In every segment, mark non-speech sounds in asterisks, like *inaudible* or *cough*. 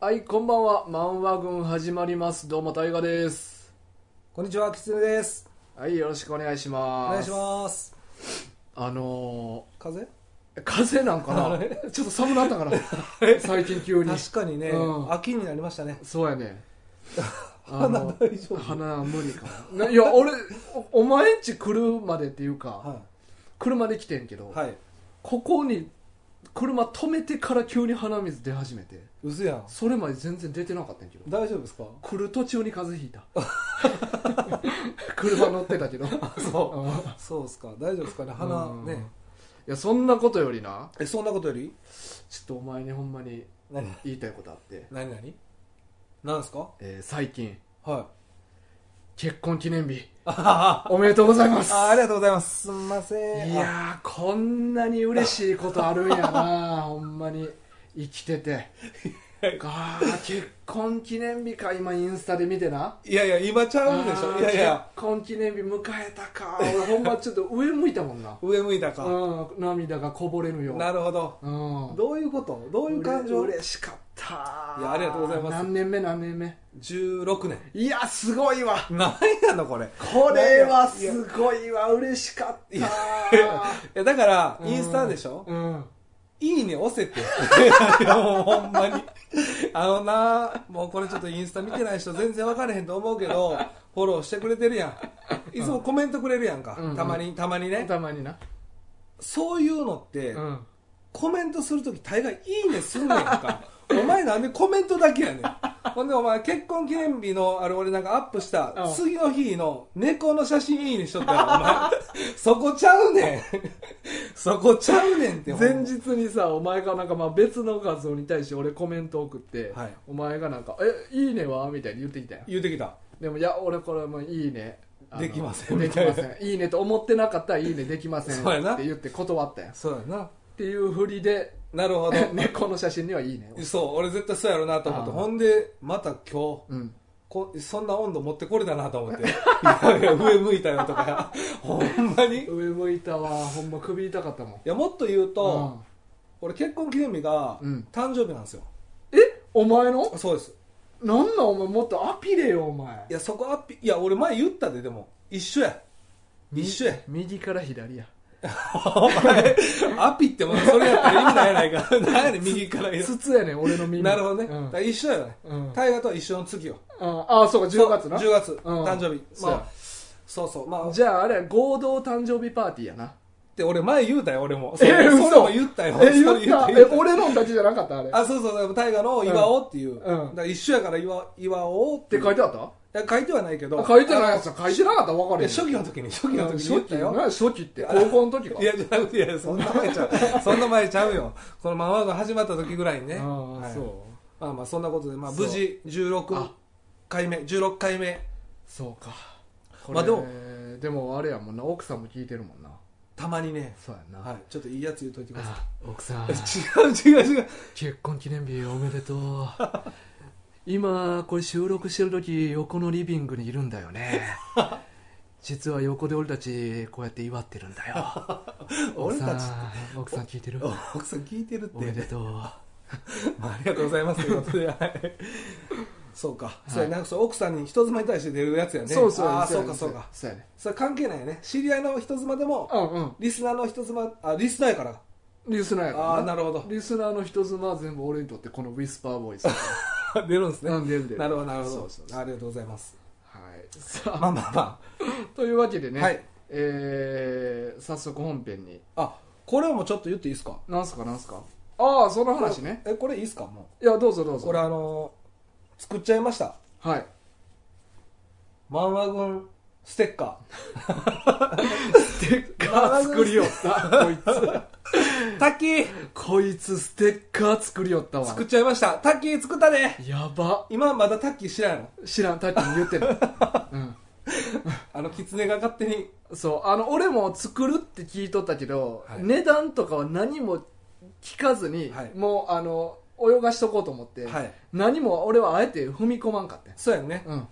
はい、こんばんは。漫画軍始まります。どうも、大河です。こんにちは、キツネです。はい、よろしくお願いしおます。願いします。あの風ー、風邪なんかあなれちょっと寒なったかな最近急に。確かにね、うん秋になりましたね。そうやね。あ鼻の大丈夫鼻は無理かな。ないや、俺、おお前んち来るまでっていうか、は車で来てんけど、い。はい。ここに車止めてから急に鼻水出始めて、嘘やん。それまで全然出てなかったんやけど。大丈夫ですか来る途中に風邪ひいた *laughs* 車乗ってたけどそ。うんいうそうですか。大丈夫ですかね。鼻うんね。やそんなことよりなえ、そんなことよりちょっとお前にほんまに何言いたいことあって、何何何ですかえー最近はい。結婚記念 *laughs* 日あははおめでとうございますあありがとうございます。すんません。いやーこんなに嬉しいことあるんや *laughs* なほんまに生きて *laughs* てあー結婚記念日か今インスタで見てなあ。いやいや、今ちゃうんでしあょ。ーいやいや、結婚記念日迎えたか俺ほんまちょっと上向いたもんな上向いたか。うん涙がこぼれるよなるほど。うんどういうことどういう感情嬉しかったいやありがとうございます何年目何年目 ?16 年。いやすごいわ何やのこれ。これはすごいわ嬉しかったいや、だから、インスタでしょうんいいね押せて。 *laughs* いや、もうほんまに。あのな、もうこれちょっとインスタ見てない人全然分かれへんと思うけど、フォローしてくれてるやん。いつもコメントくれるやんか。うんたまに、たまにね。たまになそういうのって、うんコメントするとき大概いいねすんねんか。お前なんでコメントだけ *laughs* やねん。ほんでお前結婚記念日の、あれ俺なんかアップしたうん、次の日の猫の写真いいねしとったやん、お前。 *laughs* そこちゃうねん。 *laughs* そこちゃうねんって。ほんま前日にさお前がなんかまあ別の画像に対して俺コメント送って、はいお前がなんか「えいいねは?」みたいに言ってきたよ言うてきた。でも「いや俺これもういいね」あのできませんでみきたいまなせんいいねと思ってなかったら「いいねできません」そうやなって言って断ったやんっそうやな。ていうふりでなるほど *laughs* 猫の写真には「いいね」そう俺絶対そうやろうなと思ってあーほんでまた今日うんこそんな温度持ってこれだなと思って *laughs* いやいや上向いたよとか *laughs* ほんまにい上向いたわほんま首痛かったもんやもっと言うと、う俺結婚記念日がうん誕生日なんですよ、んえお前のそうですなんなんお前もっとアピれよお前いやそこアピいや俺前言ったででも一緒や一 *laughs* 緒や右から左やお前 *laughs* アピってもうそれやったら意味ないやないか *laughs* 何やねん右から言う筒やねん俺の耳 *laughs* なるほどね、うだんから一緒やねうん大河とは一緒の月よああそうか10月な10月、うん誕生日そうやまあそうそうまあじゃああれや合同誕生日パーティーやなって俺前言うたよ俺もえ *laughs* それ嘘それも言ったよえそ言れった言えった俺のだけじゃなかったあれっあそうそうでも大河の「祝おう」っていう、んだから一緒やから祝「祝おう」ってていう書いてあったいや書いてはないけどあ書いてないやあつは書いてなかったら分かのるやいやん初期の時に初期の時に言ったうんよ初期な初期って高校の時かいやじゃなくていやそんな *laughs* 前ちゃうそんな前ちゃうよこのままが始まった時ぐらいにねああ、はいそうまあまあそんなことで、まあ、そう無事16あ回目16回目そうかこれまあでもでもあれやもんな奥さんも聞いてるもんなたまにね、そうやなはい、ちょっといいやつ言うといてくださあ奥 *laughs* さんい違う違う違う結婚記念日おめでとう *laughs* 今これ収録してる時横のリビングにいるんだよね実は横で俺たちこうやって祝ってるんだよ *laughs* 俺たちち奥さん聞いてる奥さん聞いてるっておめでとうま *laughs* あ、ありがとうございますということで、はいそうか、そうやなんかそう奥さんに人妻に対して出るやつやねあーそうかそうかそうやねそれ関係ないよね知り合いの人妻でもうんうんリスナーの人妻あリスナーやからリスナーやからあーなるほどリスナーの人妻は全部俺にとってこのウィスパー *laughs* ボイス出るんですねなんでんでなるほどなるほどそうそうそうありがとうございますはいさまああまあまというわけであ、ね、はいえー早速本編にあこれもちょっと言っていいですかなんすかなんすかああその話ねえこれいいですかもいやどうぞどううぞこれあのー作っちゃいましたはい漫画軍ステッカステッカー作りよったこいつー *laughs* タッキーこいつステッカー作りよったわ作っちゃいましたタッキー作ったねやば今まだタッキー知らんの知らんタッキーに言ってる、 *laughs* あの狐が勝手にうん、そうあの俺も作るって聞いとったけど、はい値段とかは何も聞かずに、はいもうあの泳がしとこうと思って、はい何も俺はあえて踏み込まんかってんそうやんね、うん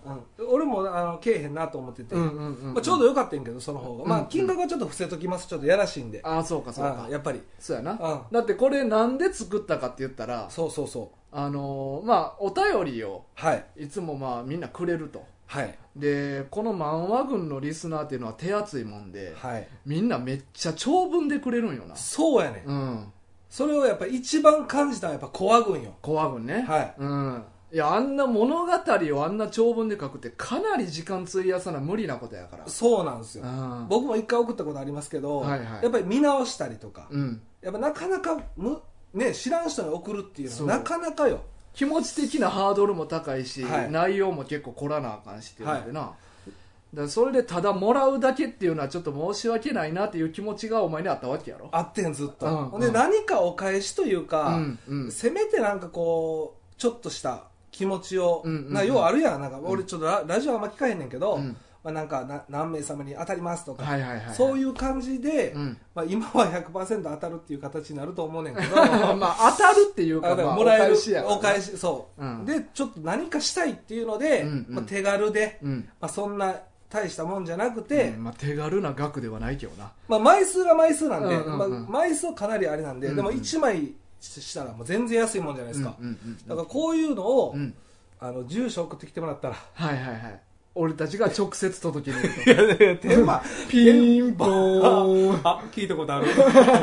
俺もあのけえへんなと思ってて、うんうんうんうんまあ、ちょうどよかったんやけどその方が、まうあん、金額はちょっと伏せときますちょっとやらしいんで、ああそうかそうかあやっぱりそうやな、うんだってこれなんで作ったかって言ったらそうそうそうあのーまあお便りをはいいつもまあみんなくれるとはいでこの漫画軍のリスナーっていうのは手厚いもんで、はいみんなめっちゃ長文でくれるんよなそうやねん、うんそれをやっぱ一番感じたのはやっぱコア軍よコア軍ねはいうんいやあんな物語をあんな長文で書くってかなり時間費やさな無理なことやからそうなんですよ、うん僕も一回送ったことありますけど、はいはいやっぱり見直したりとか、うんやっぱなかなかむ、ね、知らん人に送るっていうそのうはなかなかよ気持ち的なハードルも高いし、はい内容も結構凝らなあかんしっていうのでな、だからそれでただもらうだけっていうのはちょっと申し訳ないなっていう気持ちがお前にあったわけやろあってんずっと、うんほんでうん何かお返しというか、うんうんせめてなんかこうちょっとした気持ちを、うんうんうんなようあるやんなんか俺ちょっとラ,、ジオあんま聞かへんねんけど、うんまあ、なんかな何名様に当たりますとか、はいはいはいそうう、いう感じで、うん、まあ、今は100%当たるっていう形になると思うねんけどまあ当たるって *laughs* いうあかだからまあもらえるお返しやからなお返しそう、うんでちょっと何かしたいっていうので、うんうんまあ、手軽で、うんまあ、そんな大したもんじゃなくて、うんまあ、手軽な額ではないけどなまあ、枚数が枚数なんで、うんうんうんまあ、枚数はかなりあれなんで、うんうんでも1枚したらもう全然安いもんじゃないですか、うんうんだからこういうのを、うんうんあの住所送ってきてもらったらはいはいはい俺たちが直接届けに行くと *laughs* いやいや天満ピンポーン *laughs* あ聞いたことある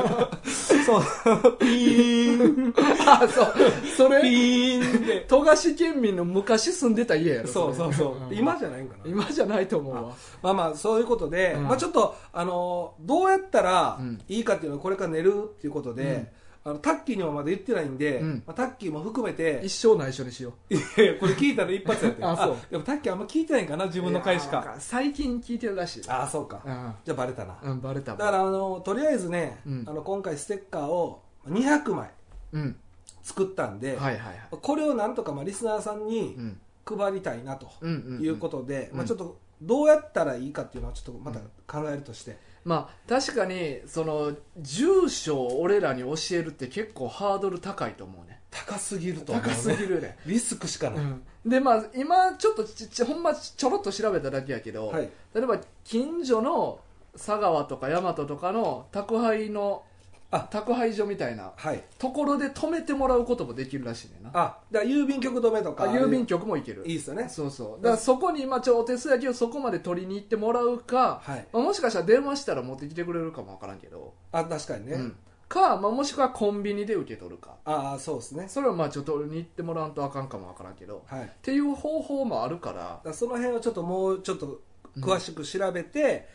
*laughs* そうピーンあそうそピれーンで富樫県民の昔住んでた家やろそうれそうそう、ん今じゃないんかな今じゃないと思うわまあまあそういうことで、うんまあ、ちょっと、あのどうやったらうんいいかっていうのをこれから寝るっていうことで、あのタッキーにもまだ言ってないんで、うんまあ、タッキーも含めて一生内緒にしよういやいやこれ聞いたら一発やって *laughs* あそうでもタッキーあんま聞いてないんかな自分の回しいやかー最近聞いてるらしいああそうか、うんじゃあバレたな、うんバレただからあのとりあえずね、うんあの今回ステッカーを200枚うん作ったんで、はいはいはいこれをなんとかまあリスナーさんにうん配りたいなとうんうんうんいうことで、うんまあ、ちょっとどうやったらいいかっていうのはちょっとまた考えるとして、まあ確かにその住所を俺らに教えるって結構ハードル高いと思うね高すぎると思うね高すぎるねリスクしかない、でまあ今ちょっとちちほんまちょろっと調べただけやけど、はい例えば近所の佐川とか大和とかの宅配のあ宅配所みたいなはいところで止めてもらうこともできるらしいねんなああだから郵便局止めとか郵便局も行けるいいですよねそうそうだからそこに今ちょお手数やけどそこまで取りに行ってもらうか、はいまあもしかしたら電話したら持ってきてくれるかもわからんけど、あ確かにね、うんか、まあ、もしくはコンビニで受け取るかああそうですねそれはまあちょっと取りに行ってもらわんとあかんかもわからんけど、っはいていう方法もあるからだからその辺をちょっともうちょっと詳しく調べて、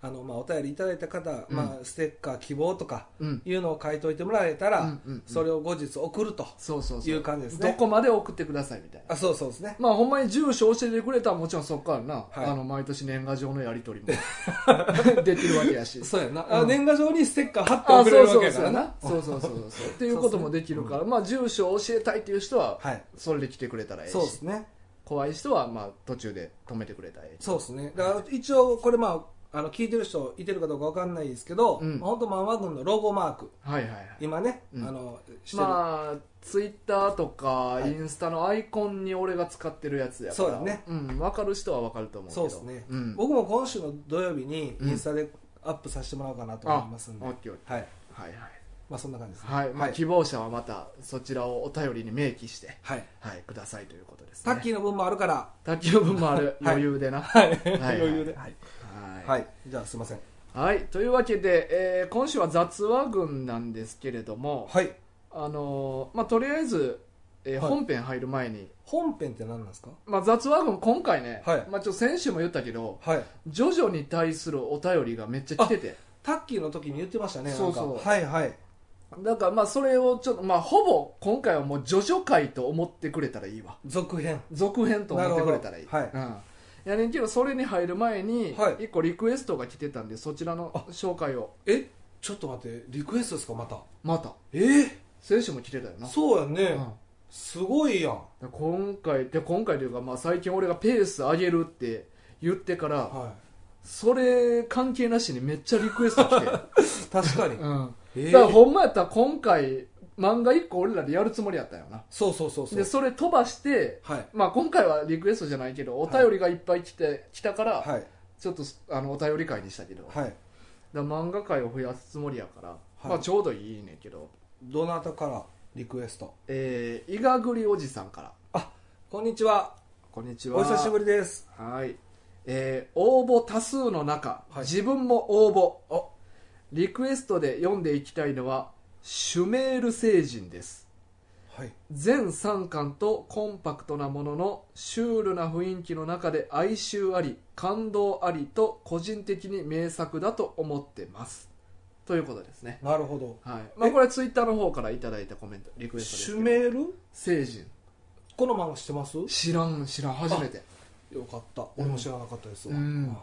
あのまあ、お便りいただいた方、うんまあ、ステッカー希望とかうんいうのを書いといてもらえたら、うんうんうんそれを後日送るとそうそうそういう感じですねどこまで送ってくださいみたいなあそうそうですねまあほんまに住所教えてくれたらもちろんそっからな、はいあの毎年年賀状のやり取り *laughs* も *laughs* できるわけやしそうやな、あうん年賀状にステッカー貼ってあ送れそうるわそけうやそかうらやななそうそうそうそうっていうこともできるから、まあ住所を教えたいっていう人は、はいそれで来てくれたらええしそうですね怖い人はまあ途中で止めてくれたらええしそうですねだから一応これまああの聞いてる人いてるかどうかわかんないですけど、うんまあ、本当マンワ軍のロゴマークはいはいはい今ね、うんあのしてる、まあツイッターとかいインスタのアイコンに俺が使ってるやつやからそうだねん、分かる人は分かると思うけそうどですね、ん、僕も今週の土曜日にうんインスタでアップさせてもらおうかなと思いますんで、あオッケーオッケはいーはいはいまあそんな感じですねはい、まあ、はい希望者はまたそちらをお便りに明記して、はいはい、くださいということです、タね、ッキーの分もあるから、卓球分もあるはい余裕でな、はいはい余裕ではい、はいはいじゃあすいませんはい、というわけで、えー今週は雑話群なんですけれども、はいあのーまあ、とりあえず、えーはい本編入る前に、本編って何なんですかまあ、雑話群今回ね、はいまあ、ちょ先週も言ったけどはいジョジョに対するお便りがめっちゃ来ててタッキーの時に言ってましたねなんかそうそうはいはいだからまあそれをちょっと、まあ、ほぼ今回はもうジョジョ回と思ってくれたらいいわ続編続編と思ってくれたらいい、なるほうんやねんけどそれに入る前にはい一個リクエストが来てたんでそちらの紹介をえちょっと待ってリクエストですかまたまたえー、先週も来てたよな、そうやんね、うんすごいやんで今回で今回というか、まあ、最近俺がペース上げるって言ってから、はそれ関 *laughs* 係なしにめっちゃリクエスト来て、い確かに、うんえーだからほんまやったら今回漫画1個俺らでやるつもりやったよなそうそうそうそでうそれ飛ばして、はいまあ、今回はリクエストじゃないけどお便りがいっぱい来て、来たから、はいちょっとあのお便り会にしたけど、はいだから漫画界を増やすつもりやから、いまあ、ちょうどいいねんけど、どなたからリクエストえー、伊賀栗おじさんからあこんにちはこんにちはお久しぶりりですはい、えー応募多数の中、はい自分も応募リクエストで読んでいきたいのは「シュメール星人」ですはい全3巻とコンパクトなもののシュールな雰囲気の中で哀愁あり感動ありと個人的に名作だと思ってますということですねなるほどはいまあ、これはツイッターの方からいただいたコメントリクエスシトュですけメールど聖人この漫画知ってます知らん知らん初めてよかった俺も知らなかったですわうん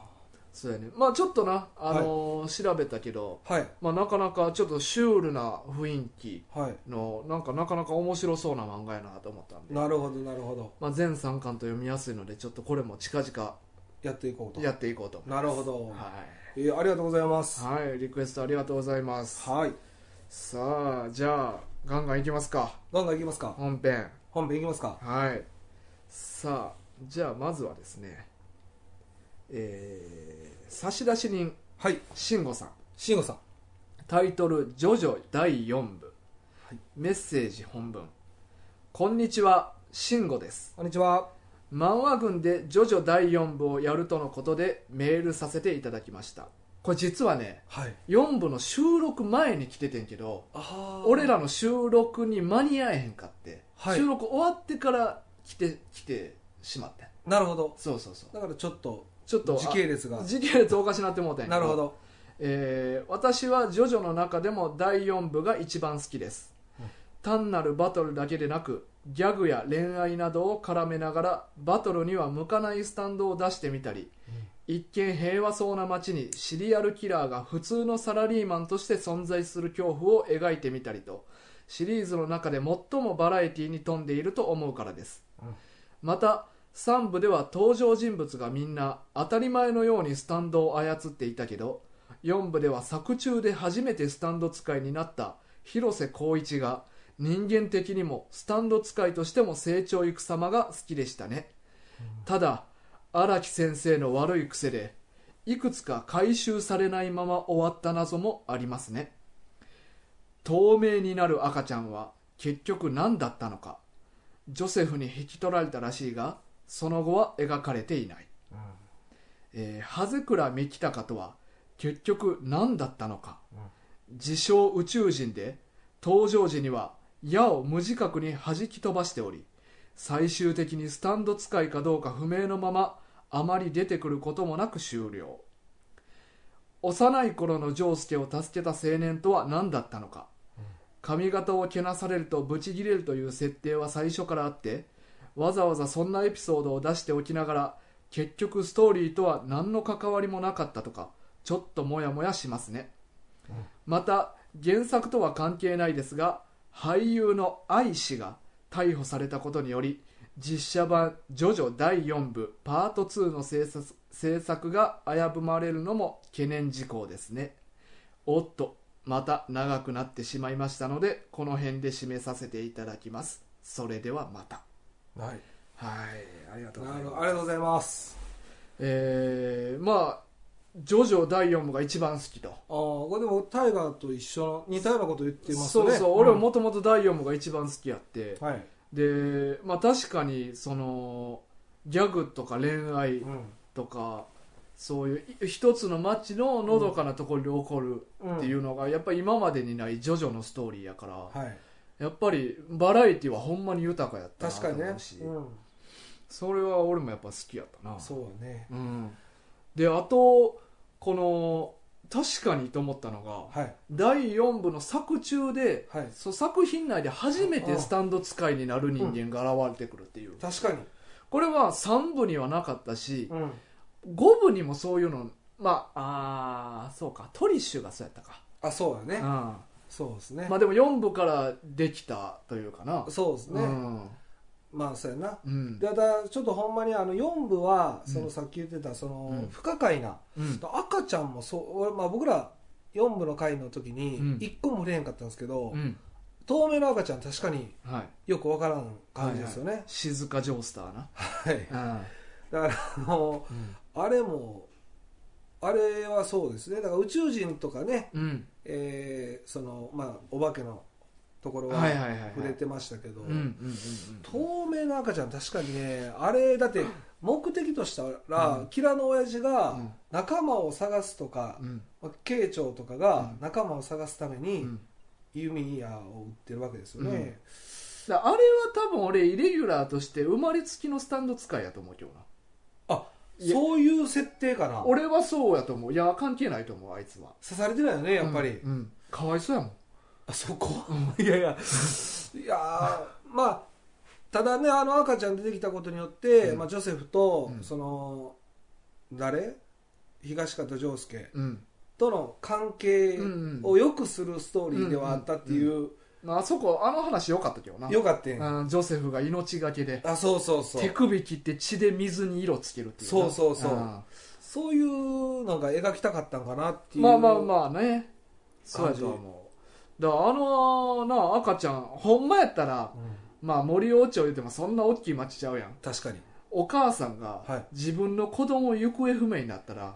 そうやねまあちょっとな、あのー調べたけど、はいまあ、なかなかちょっとシュールな雰囲気はいのなんかなかなか面白そうな漫画やなと思ったんで、なるほどなるほどまあ、全3巻と読みやすいのでちょっとこれも近々やっていこうとやっていこうと思いなるほど、ますえーありがとうございますはい、はい、リクエストありがとうございますはいさあじゃあガンガンいきますかガンガンいきますか本編本編いきますかはいさあじゃあまずはですねえー、差出人はい慎吾さん慎吾さんタイトル「ジョジョ第4部」はいメッセージ本文「こんにちは慎吾ですこんにちは漫画軍で「ジョジョ第4部」をやるとのことでメールさせていただきましたこれ実はねはい4部の収録前に来ててんけどあ俺らの収録に間に合えへんかって、はい収録終わってから来て来てしまってんなるほどそうそうそうだからちょっとちょっと時系列があ時系列おかしなってもうたんやけなるほどえー私はジョジョの中でも第4部が一番好きです、単なるバトルだけでなくギャグや恋愛などを絡めながらバトルには向かないスタンドを出してみたり、一見平和そうな街にシリアルキラーが普通のサラリーマンとして存在する恐怖を描いてみたりとシリーズの中で最もバラエティに富んでいると思うからです、うんまた3部では登場人物がみんな当たり前のようにスタンドを操っていたけど4部では作中で初めてスタンド使いになった広瀬光一が人間的にもスタンド使いとしても成長いく様が好きでしたね、ただ荒木先生の悪い癖でいくつか回収されないまま終わった謎もありますね透明になる赤ちゃんは結局何だったのかジョセフに引き取られたらしいがその後は描かれていない、えー、ハゼクラ・ミキタカとは結局何だったのか、自称宇宙人で登場時には矢を無自覚に弾き飛ばしており最終的にスタンド使いかどうか不明のままあまり出てくることもなく終了幼い頃のジョウスケを助けた青年とは何だったのか髪型をけなされるとブチギレるという設定は最初からあってわざわざそんなエピソードを出しておきながら結局ストーリーとは何の関わりもなかったとかちょっとモヤモヤしますね、また原作とは関係ないですが俳優の愛氏が逮捕されたことにより実写版「ジョジョ第4部パート2」の制作制作が危ぶまれるのも懸念事項ですねおっとまた長くなってしまいましたのでこの辺で締めさせていただきますそれではまたはいはいありがとうごなざいるほどあまりすがとうございますえー、まあジョジョ第4部が一番好きとああこれでもタイガーと一緒の似たようなこと言ってますねそうそう俺もも、もともと第4部が一番好きやって、うんはい、でまあ確かにそのギャグとか恋愛うんとか、そういうい一つの街ののどかなところで起こるっていうのが、やっぱり今までにないジョジョのストーリーやから、はい、やっぱりバラエティはほんまに豊かやったな確とかにね思うし、、う、それは俺もやっぱ好きやったなんそうねうん、であとこの確かにと思ったのがはい第4部の作中で、はいそう作品内で初めてスタンド使いになる人間が現れてくるっていう、確かに、これは3部にはなかったしうん、 5部にもそういうのまああーそうかトリッシュがそうやったか、あそうだうん、ねまそうですね、あでも4部からできたというかなそうですね、うんまあそうやなうんでだからちょっとほんまにあの4部はそうんのさっき言ってたそのうん不可解な、うん赤ちゃんもそう、俺まあ、僕ら4部の回の時うんに1個も触れへんかったんですけど、うん透明の赤ちゃん確かにはいよくわからん感じですよね、はいはい静かジョースターなはいあだからあのあれもあれはそうですねだから宇宙人とかね、うん、えーそのまあお化けのところはいはいははいはい触れてましたけど、うんうんうんうん透明の赤ちゃん確かにねあれだって目的としたら、キラの親父がうん仲間を探すとか、うんまあ慶長とかが仲間を探すためうにん弓矢を売ってるわけですよね、うんだからあれは多分俺イレギュラーとして生まれつきのスタンド使いやと思う今日あいやそういう設定かなな俺はそうやと思ういや関係ないと思うあいつは刺されてないよねやっぱり、うんうんかわいそうやもんあそこ、いやいやいやーまあただねあの赤ちゃん出てきたことによって、うんまあ、ジョセフと、うんその誰東方丈介うんとの関係うんを良くするストーリーではあったっていう、まああそこあの話よかったけどなよかったよ、うんジョセフが命がけであそうそうそ手う首切って血で水に色つけるっていうなそうそうそうあそういうのが描きたかったんかなっーていうまあまあまあねそうや感じとは思うだからあのな赤ちゃんほんまやったらうんまあ森王朝言うてもそんな大きい町ちゃうやん確かにお母さんはがい自分の子供行方不明になった *laughs* ら、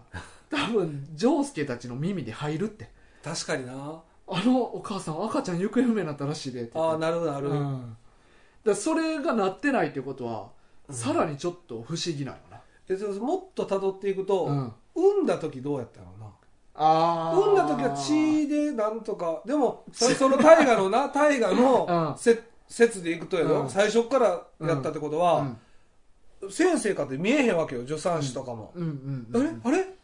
多分ジョースケたちの耳に入るって確かになあのお母さん赤ちゃん行方不明になったらしいでって言っああてなるなる、うん、だからそれがなってないってことは、うんさらにちょっと不思議なのな、えそうもっと辿っていくと、うん、産んだ時どうやったのなああ産んだ時は血でなんとかでもそその大河のな大 *laughs* 河うんのせ説でいくとやろ、うん最初からやったってことは、う先生かって見えへんわけよ助産師とかも、んうんうんうんあれあれ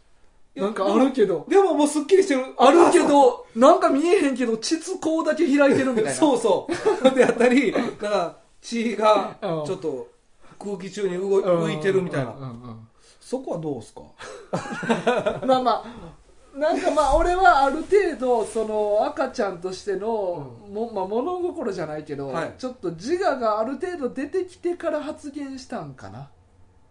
なんかあるけどでももうすっきりしてるあ *laughs* るけどなんか見えへんけど膣こうだけ開いてるみたいなそうそうであったりだから血がちうんょっと空気中に動いうん浮いてるみたいな、うんうんうんそこはどうですか *laughs* まあまあなんかまあ俺はある程度その赤ちゃんとしての、もまあ、物心じゃないけど、はいちょっと自我がある程度出てきてから発言したんかな、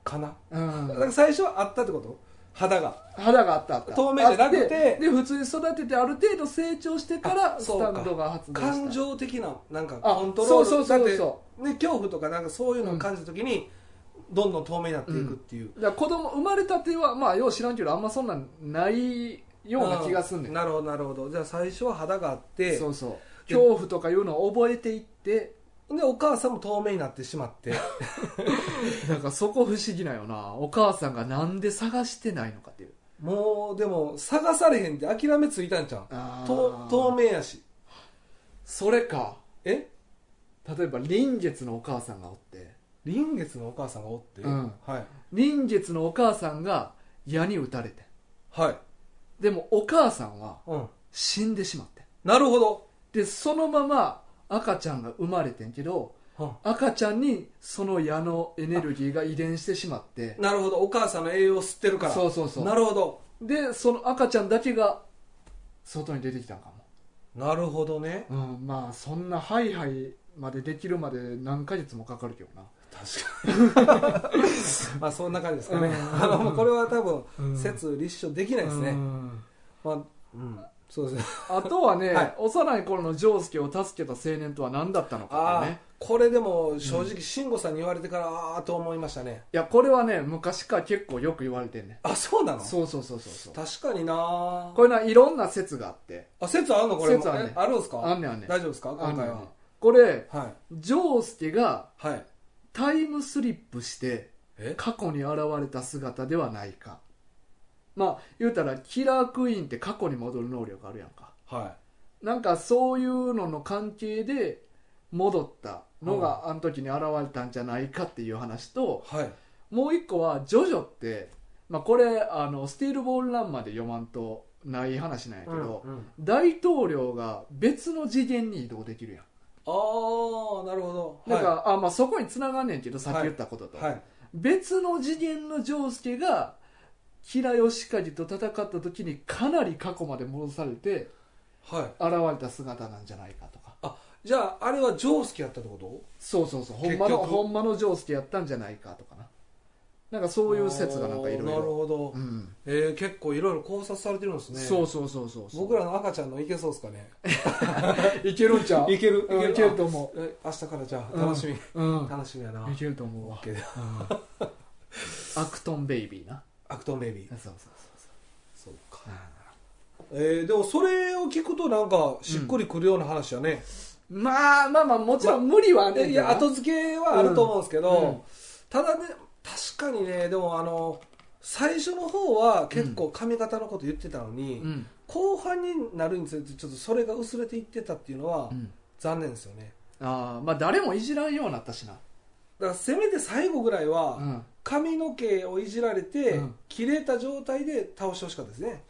かなうだん、から最初はあったってこと肌が肌があったあった透明じゃなくてあでで普通に育ててある程度成長してからあスそうタかンドが発言した感情的ななんかあコントロールそうそうそうそうだって、ね、恐怖とかなんかそういうのを感じた時に、どんどん透明になっていくっていう、だから子供生まれたてはまあよう知らんけどあんまそんなんないような気がすんねんなるほどなるほどじゃあ最初は肌があってそうそう恐怖とかいうのを覚えていってでお母さんも透明になってしまって *laughs* なんかそこ不思議なよなお母さんがなんで探してないのかっていうもうでも探されへんって諦めついたんちゃうあーと透明やしそれかえ例えば臨月のお母さんがおって臨月のお母さんがおって、うんはい臨月のお母さんが矢に打たれてはい、でもお母さんはうん、死んでしまってなるほど、でそのまま赤ちゃんが生まれてんけどう赤ちゃんにその矢のエネルギーが遺伝してしまってんなるほどお母さんの栄養を吸ってるからそうそうそうなるほどでその赤ちゃんだけが外に出てきたんかなるほどねも、うん、まあそんなハイハイまでできるまで何ヶ月もかかるけどな確かに *laughs* まあそんな感じですかね、うんあのもうこれは多うん分説立証できないですね、うんまあうん、そうですねあとはね、はい幼い頃のジョウスケを助けた青年とは何だったのかっああ、てねこれでも正直慎吾さんに言われてからああと思いましたねいやこれはね昔から結構よく言われてんねあそうなのそうそうそうそうそう確かになこれないろんな説があってあ説あるのこれ説あるねえあるんですかあんねんあんねん大丈夫ですか今回あのはねこれはいジョウスケがはいタイムスリップしてえ過去に現れた姿ではないかまあ言うたらキラークイーンって過去に戻る能力あるやんかはなんかそういうのの関係で戻ったのがあの時に現れたんじゃないかっていう話といはいもう一個はジョジョって、まあ、これあのスティールボールランまで読まんとない話なんやけど、うんうん大統領が別の次元に移動できるやんああなるほどだから、あまあ、そこにつながんねんけどさっき言ったことと、はい、はい、別の次元のジョウスケが吉良義景と戦った時にかなり過去まで戻されてはい、現れた姿なんじゃないかとかあじゃああれはジョースキやったってことそうそうそうほんまの結局ほんまのジョウスケやったんじゃないかとかななんかそういう説がなんかいろいなるろほど、うんえー結構いろいろ考察されてるんですねそうそうそうそうそう僕らの赤ちゃんのいけそうですかねいけるんちゃういけるいけうんるいけると思え明日からじゃあうん楽しみ、ううん楽しみやないけると思うオわッケーでアクトンベイビーな *laughs* アクトンレビーそうそうそうそうか、えーでもそれを聞くとなんかしっくりくるような話やね、まあまあまあもちろん無理はあんねんでいけどやな後付けはあると思うんですけど、うんうんただね確かにねでもあの最初の方は結構髪型のこと言ってたのに、うん後半になるにつれてちょっとそれが薄れていってたっていうのはうん残念ですよねああまあ誰もいじらんようになったしなだからせめて最後ぐらいうはん髪の毛をいじられて、うん切れた状態で倒してほしかったです *laughs* ね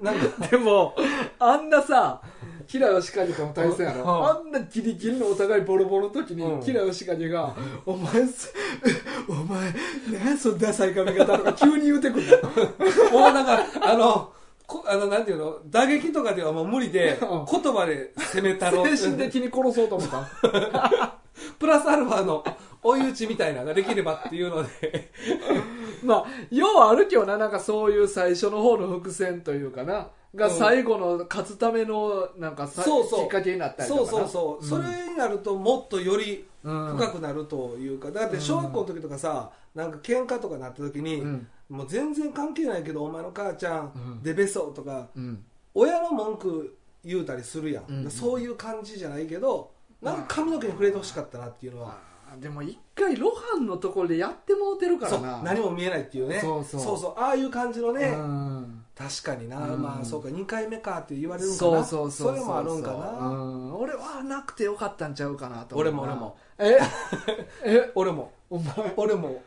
なんかでも、あんなさ、キラヨシカジとの対戦やうろ。んあんなギリギリのお互いボロボロの時にうん、キラヨシカジが、お前す、 *laughs* お前、何そんなダサい髪型とか急に言うてくるもうなんか、あの、こあの、なんていうの、打撃とかではもう無理で、言うん葉で攻めたろの。う。精神的に殺そうと思った。プラスアルファの追い打ちみたいなのができればっていうので、 *laughs* まあ、要はあるけどな、なんかそういう最初の方の伏線というかな、がうん最後の勝つための、なんかさ、そうそうきっかけになったりとかそうな。そうそう、それになるともっとよりうん、深くなるというか、だって小学校の時とかさ、なんか喧嘩とかなった時に、うんもう全然関係ないけど、お前の母ちゃうんん、でべそうとか、うん。親の文句言うたりするやん。うんそういう感じじゃないけど、なんか髪の毛に触れてほしかったなっていうのは。あーでも一回ロハンのところでやってもうてるからな。そう何も見えないっていうねそうそうそうああいう感じのね、うん確かにな、うんまあそうか2回目かって言われるんかそうなそうそううれもあるんかな、うん、俺はなくてよかったんちゃうかなと思う俺も俺もえ *laughs* え俺もお前俺 *laughs* も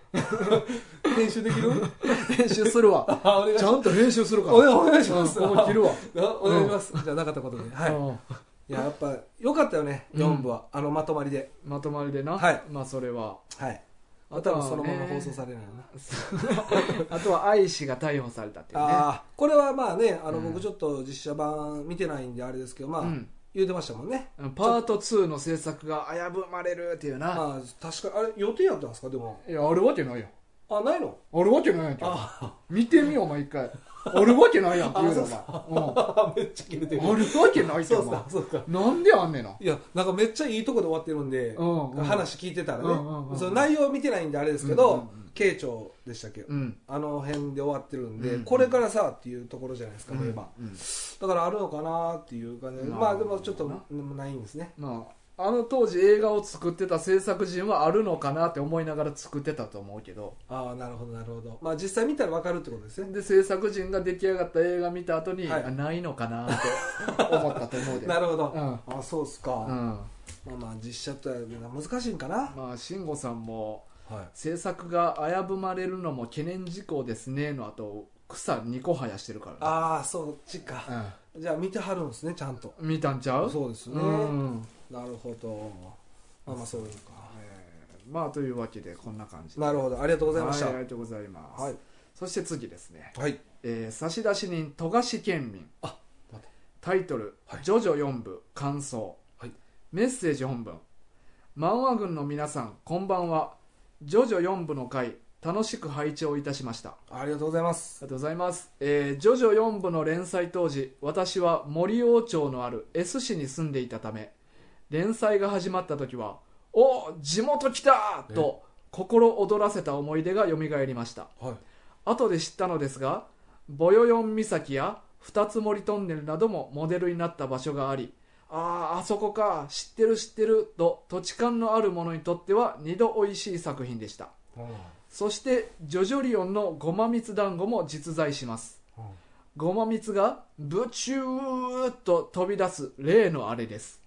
編集できる編集する *laughs* わあお願いちしゃますんと編集するからお願いしますうんここ切るわあお願いします、じゃあなかったことで、はい、いうんややっぱよかったよねうん4部は、あのまとまりでまとまりでな、はいまあそれは *laughs* はいああとはとはねそのまま放送されないよな、あとは愛氏が逮捕されたっていうねああこれはまあねあのうん僕ちょっと実写版見てないんであれですけどまあ、うん言うてましたもんねパート2の制作が危ぶまれるっていうな、まあ確かあれ予定やったんですかでもいやあるわけないよあないのあるわけないやんけあ *laughs* 見てみよお前一回あるわけないやんって言うのおあめっちゃ切れてる前うんあるわけないっておそうっす前かそうっすかなんであんねんないやなんかめっちゃいいとこで終わってるんで、うんうん話聞いてたらね、うんうんうんその内容見てないんであれですけど、うんうん慶長でしたっけ、うんあの辺で終わってるんで、うんうんこれからさっていうところじゃないですか、例えばうんだからあるのかなっていう感じでなるほどまあでもちょっとないんですねまああの当時映画を作ってた制作陣はあるのかなって思いながら作ってたと思うけどああなるほどなるほどまあ実際見たら分かるってことですねで制作陣が出来上がった映画見た後に、はいあないのかなって思ったと思うで *laughs* なるほど、うんあそうっすか、うん、まあまあ実写って難しいんかな、まあ慎吾さんもはい制作が危ぶまれるのも懸念事項ですねの後草2個生やしてるからねああそっちか、じゃあ見てはるんですねちゃんとうん、見たんちゃうそうですねうんなるほどまあまあそういうのかまあというわけでこんな感じでなるほどありがとうございましたはいあはりがとうございます、いそして次ですねはいえー差出人富樫県民あ待ってタイトル「はいジョジョ4部感想」はいメッセージ本文漫画軍の皆さんこんばんはジョジョ4部の回楽しく拝聴いたしましたあありがとうございまりすがとうございます、えージョジョ4部の連載当時私は森王町のある S 市に住んでいたため連載が始まった時は「おー地元来た!」と心躍らせた思い出が蘇りましたはい後で知ったのですがボヨヨン岬や二つ森トンネルなどもモデルになった場所がありあああそこか知ってる知ってると土地勘のある者にとっては二度おいしい作品でしたそしてジョジョリオンのごま蜜団子も実在しますごま蜜がブチューっと飛び出す例のあれです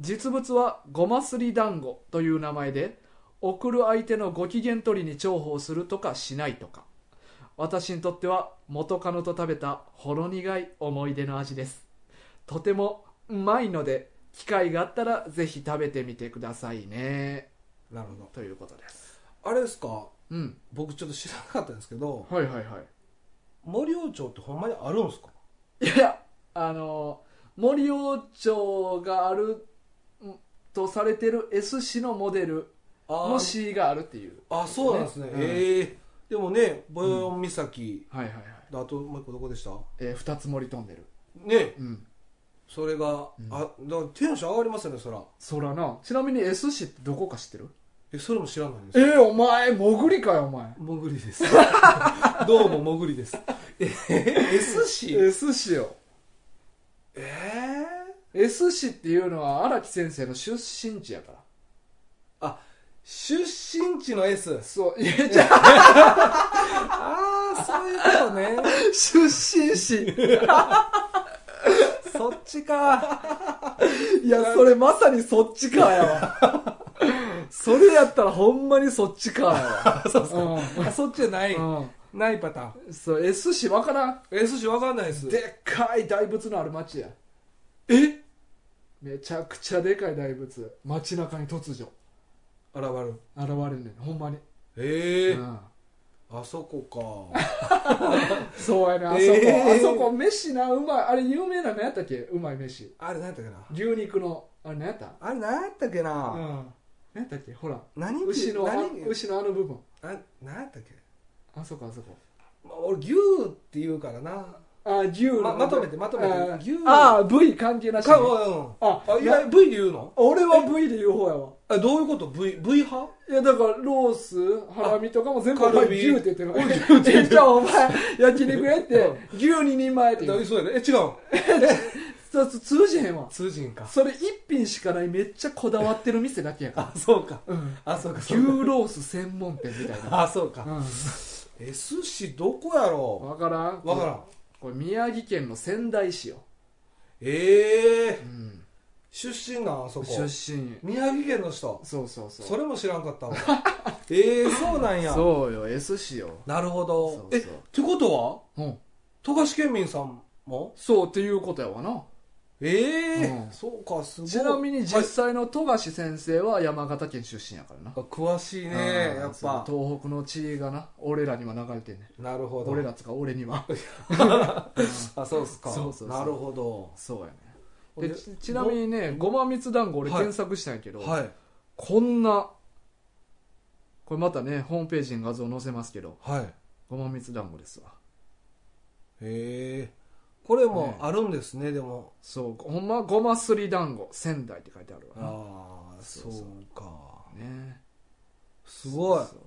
実物はごますり団子という名前で送る相手のご機嫌取りに重宝するとかしないとか私にとっては元カノと食べたほろ苦い思い出の味ですとてもうまいので機会があったらぜひ食べてみてくださいねなるほどということですあれですかうん僕ちょっと知らなかったんですけどはいはいは森王町ってほんまにあるんですかいいやあの森王朝があるんとされてる S 市のモデルあの C があるっていうあそうなんですねうんええでもねボヨヨン岬、はいはいはい、あともう一個どこでしたえー、二つ森トンネルねうんそれが、あだからテンション上がりますよねそらそらなちなみに S 市ってどこか知ってるえそれも知らないんですえー、お前潜りかよお前もぐりです *laughs* どうももぐりですえ S 氏 S 市よえ S 市っていうのは荒木先生の出身地やからあ出身地の S そういやじゃあああそういうことね出身地そっちかいやそれまさにそっちか *laughs* やわそれやったらほんまにそっちかやわ *laughs* そうあそっちじゃない、うん、うんないパターンそう S 市わからん S 氏わかんないですでっかい大仏のある町やえめちゃくちゃでかい大仏街中に突如現る現れんねんほんまに、ええうんあそこかそうやねあそこ、えーあそこ飯なうまいあれ有名なのやったっけうまい飯あれ何やったっけな牛肉のあれ何やったあれ何やったっけうんな、何やったっけほら何牛のあ何牛のあの部分あ何やったっけ、あそこあそこまあ、俺牛って言うからなあ牛のままとめてまとめてあー牛あー V 関係なし、ねか、うんああいや V で言うの俺は V で言う方やわえどういうこと V, v 派いやだからロースハラミとかも全部あお前カルビ牛って言ってるえ *laughs* じゃあお前焼肉やって牛2人前って言うえそうやねえ違うんそうそう通じへんわ通人かそれ一品しかないめっちゃこだわってる店だけやからあそうかうんあそうか牛そうかロース専門店みたいなあそうかう S 市どこやん、ろわからんわからんこれ宮城県の仙台市よ、ええうん、出身なんあそこ出身宮城県の人そうそうそうそれも知らんか *laughs* ったわええそうなんやそうよ S 市よ、なるほどそうえっそうてことはうん、富樫県民さんもそうっていうことやわなええうんそうかすごいちなみには実い際の富樫先生は山形県出身やからなあ詳しいねやっぱそう東北の地がな俺らには流れてんねなるほど俺らつか俺にはあそうっすかそうそうそうなるほどそうやねででちちなみにねごま蜜団子俺はい検索したんやけど、はいこんなこれまたねホームページに画像載せますけどはいごま蜜団子ですわへえこれもねあるんですねでもそうほんまごますり団子仙台って書いてあるわああそそうそううかなねすごいそう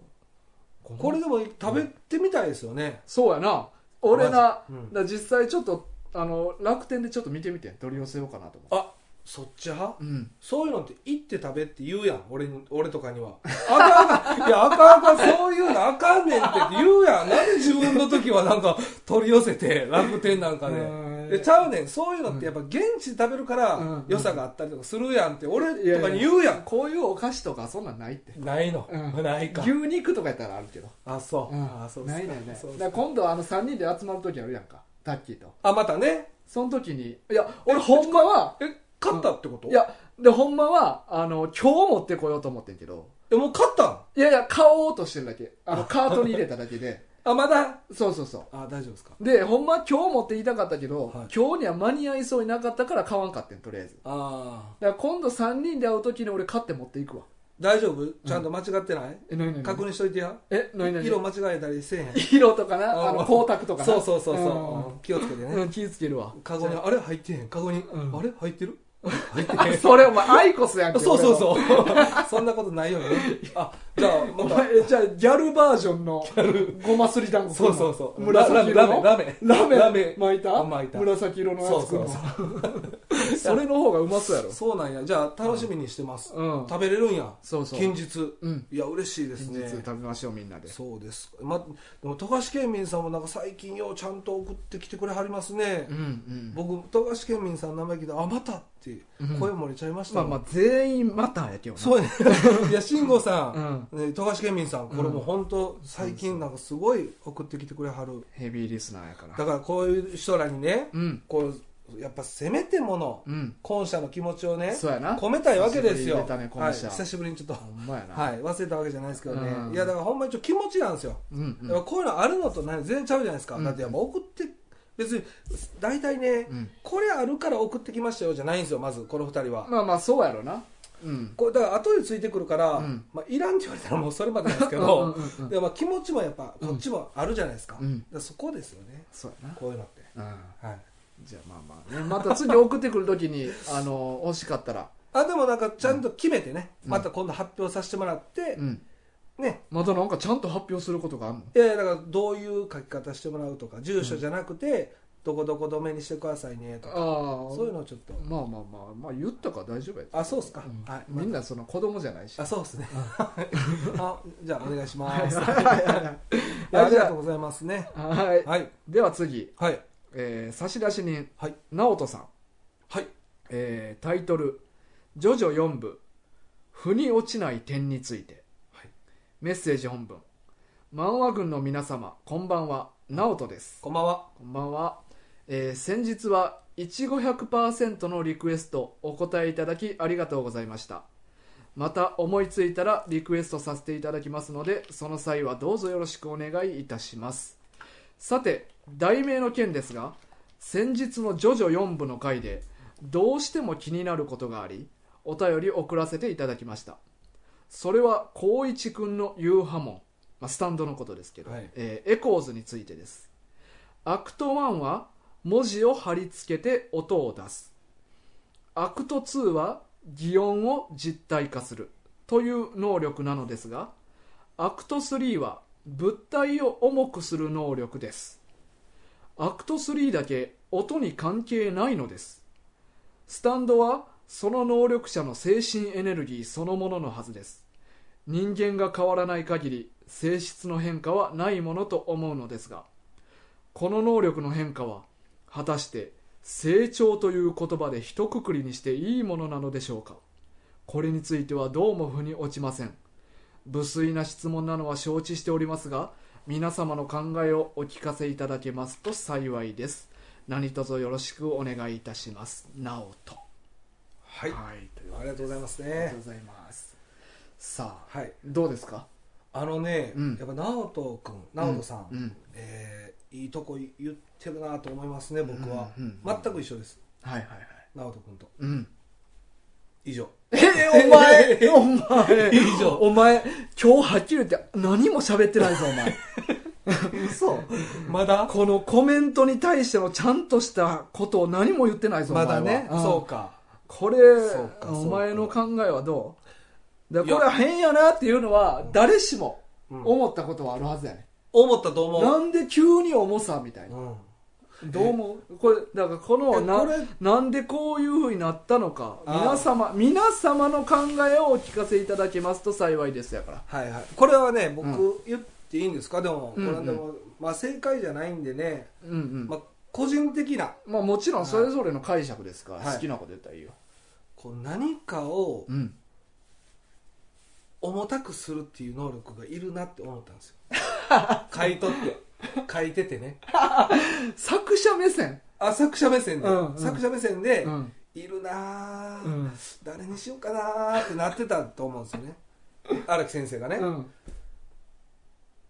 これでも食べてみたいですよねそうやな俺な、マジうんだから実際ちょっとあの楽天でちょっと見てみて取り寄せようかなと思ってあそっち派うんそういうのって行って食べって言うやん俺に俺とかにはあかんあかんいやあかんあかんそういうのあかんねんって言うやんなんで自分の時はなんか取り寄せて楽天なんかで、うんでちゃうねんそういうのってやっぱ現地で食べるかうんら良さがあったりとかするやんって俺とかに言うやんこういうお菓子とかそんなんないってないの、うんないか牛肉とかやったらあるけど、あそう、あそうっすかないないないそうっすだからか今度あの3人で集まる時あるやんかタッキーとあまたねその時にいや俺ほんまはえ勝ったってこといやでほんまはあの今日持ってこようと思ってんけどえもう勝ったんいやいや買おうとしてるだけあのカートに入れただけ *laughs* であまだそうそうそあ大丈夫ですかうでほんま今日持っていたかったけど、はい今日には間に合いそうになかったから買わんかってんとりあえずああだから今度3人で会う時に俺買って持っていくわ大丈夫ちゃんと間違ってない、え何何確認しといてやえ何何色間違えたりせえへん *laughs* 色とかなああーの光沢とかなそうそうそうそう、うん気をつけてうん、うね、ん、気ぃつけるわカゴにあれ入ってへんカゴに、うんあれ入ってる入ってあへん *laughs* それお前アイコスやんけそうそうそう *laughs* そんなことないよねあじゃあ俺まはたお前えじゃあギャルバージョンのごますり団子そうそうそう紫色のララメラメラメララメメ巻いた巻いた紫色のやつ食うのそうそれの方がうまそうやろそうなんやじゃあ楽しみにしてます、うん食べれるんやそうそう近日うんいや嬉しいです近ね日食べましょうみんなでそうですまでも富樫県民さんもなんか最近ようちゃんと送ってきてくれはりますね、うんうん僕富樫県民さんの名前聞いてあまたって声漏れちゃいましたまあもんまあ全員またやけどなそうやね *laughs* いや慎吾さん、ね、富樫県民さんこれもう本当最近なんかすごい送ってきてくれはるヘビーリスナーやからだからこういう人らにね、うんこうやっぱせめてものうん感謝の気持ちをねそうやな込めたいわけです久しぶよりに出たねは感い、謝久しぶりにちょっとほんまやなはい、忘れたわけじゃないですけどね、うんいやだからほんまにちょっと気持ちなんですよ、うんうんやっぱこういうのあるのとないの全然ちゃうじゃないですか、うんだってやっぱ送って別に大体ね、うんこれあるから送ってきましたよじゃないんですよまずこの二人は、まあまあそうやろなうんこれだから後でついてくるから、うんまあ、いらんって言われたらもうそれまでなんですけうんどうんうんうんでもまあ気持ちもやっぱこっちもあるじゃないですか,、うんだからそこですよねそうやこういうのって、なうんはい、じゃあまあまあねまた次送ってくるときにあの欲しかったらあでもなんかちゃんと決めてね、うんまた今度発表させてもらってう、んねまたなんかちゃんと発表することがあるのいやいやだからどういう書き方してもらうとか住所じゃなくて、どこどこ止めにしてくださいねとかああそういうのをちょっとまあまあまあまあ言ったから大丈夫やあそうっすか、うんはいみんなその子供じゃないしあそうですね *laughs* あじゃあお願いしますはいやあいりじがゃとうございますねあはいはいでは次、はいえー差出人はい直人さん、はいえータイトル「ジョジョ4部腑に落ちない点について」はいメッセージ本文漫画軍の皆様こんばんは直人ですこんばんはこんばんは、えー先日はいちご100%のリクエストお答えいただきありがとうございましたまた思いついたらリクエストさせていただきますのでその際はどうぞよろしくお願いいたしますさて題名の件ですが先日の「ジョジョ4部」の回でどうしても気になることがありお便り送らせていただきましたそれは光一くんの夕波紋、まあ、スタンドのことですけど、はいえーエコーズについてですアクト1は文字を貼り付けて音を出すアクト2は擬音を実体化するという能力なのですがアクト3は物体を重くする能力ですアクト3だけ音に関係ないのですスタンドはその能力者の精神エネルギーそのもののはずです人間が変わらない限り性質の変化はないものと思うのですがこの能力の変化は果たして成長という言葉で一括りにしていいものなのでしょうかこれについてはどうも腑に落ちません無粋な質問なのは承知しておりますが皆様の考えをお聞かせいただけますと幸いです何卒よろしくお願いいたしますなおとはいはいというありがとうございますありがとねうございますさあはいどうですかあのね、うんやっぱ直人君直人さん、うんえーいいとこ言ってるなと思いますね僕は、うんうん全く一緒ですはいはいはい直人君とうん *laughs* 以上えお *laughs* 前お前以上お前今日はっきり言って何も喋ってないぞお前嘘まだこのコメントに対してのちゃんとしたことを何も言ってないぞおま前だはねんそうかこれそうかそうかお前の考えはどうだいかやらこれは変やなっていうのは誰しもうん思ったことはあるはずやね、思ったと思うなんで急に重さみたいな、うんどう思うこれだからこのえなこれなんでこういうふうになったのかあー皆様皆様の考えをお聞かせいただけますと幸いですやからはいはい、これはね僕、う言っていいんですかでもこうんれうんはでも、まあ、正解じゃないんでね、うんうんまあ、個人的なまあもちろんそれぞれの解釈ですから、はい好きなこと言ったらいいよ、こう何かをうん重たくするっていう能力がいるなって思った *laughs* んですよ書いとって書いててね作者目線あ作者目線で、うんうん作者目線で、うんいるなー、うん誰にしようかなーってなってたと思うんですよね荒木先生がね、うん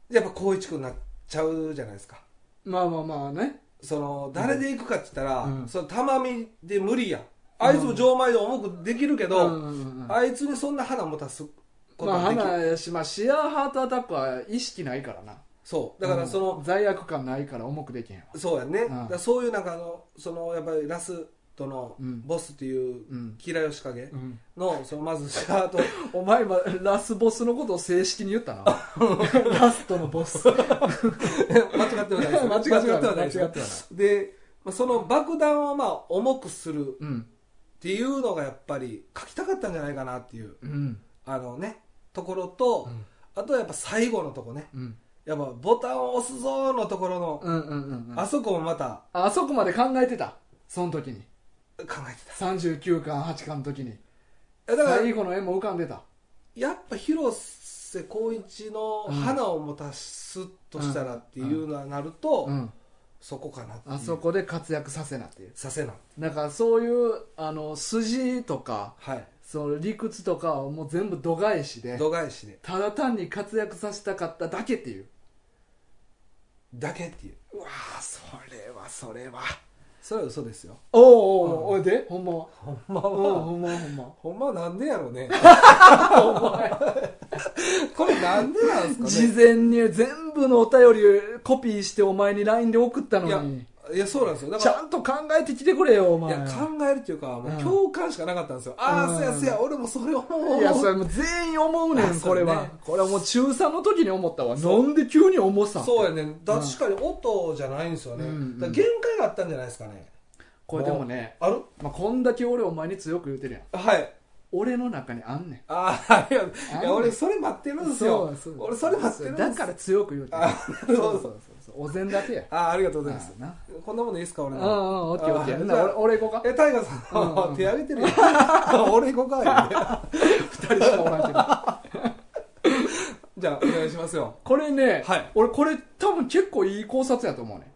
やっぱ光一君になっちゃうじゃないですかまあまあまあねその誰で行くかって言ったら、うんその玉見で無理やんあいつも錠前で重くできるけど、うんうんうんあいつにそんな花持たすことまあはできる、花やし、まあ、シアーハートアタックは意識ないからなそうだからそうんの、罪悪感ないから重くできへんわそうやね、んだからそういうなんかあのそのやっぱりラスとのうんボスっていううん吉良義景うんのそのまずシ *laughs* ャートお前今ラスボスのことを正式に言 *laughs* ったなラストのボス間違ってはないです間違ってはないですよ間違ってはなで、まあ、その爆弾をまあ重くするうんっていうのがやっぱり書きたかったんじゃないかなっていううんあのねところと、うんあとはやっぱ最後のとこねうんやっぱボタンを押すぞーのところの、うんうんうんうんあそこもまたあそこまで考えてたその時に考えて39巻8巻の時にたえだから最後の絵も浮かんでたやっぱ広瀬光一の花を持たすとしたらっていうのはなると、うんそこかなっていうあそこで活躍させなっていうさせなだからそういうあの筋とかはいその理屈とかはもう全部度外視で度外視でただ単に活躍させたかっただけっていうだけっていううわーそれはそれはそれは嘘ですよおうおうおうおいでほんまはほんまうんは、ほんまはほんまはほんまはなんでや *laughs* ろうねこれなんでなんです事かね前に全部のお便りコピーしてお前に LINE で送ったいのやにいやそうなんですよだちかゃんと考えてきてくれよおらい前や考えるっていうかもうんう共感しかなかったんですよ、あうんあせやせや俺もそれ思ういやそれもう全員思うねあんこれそうはねこれはもう中3の時に思ったわなそうんで急に重さそうやね確かに音じゃないんですよね、うんうんだから限界があったんじゃないですかねこれでもね、あるまあ、こんだけ俺お前に強く言うてるやんはい俺の中にあんねああいやあいや俺それ待ってるんんですよ俺それ待ってるんですだから強く言うてるあそうそうそうそうお膳立てやああありがとうございますあなこんなものいいですかう俺んうんのオッケーオッケあーーな俺俺行こうかえタイガーさん、うんうん手挙げてるよ *laughs* 俺行こうか言う二て人しかおらんけどじゃあお願いしますよこれね、はい俺これ多分結構いい考察やと思うね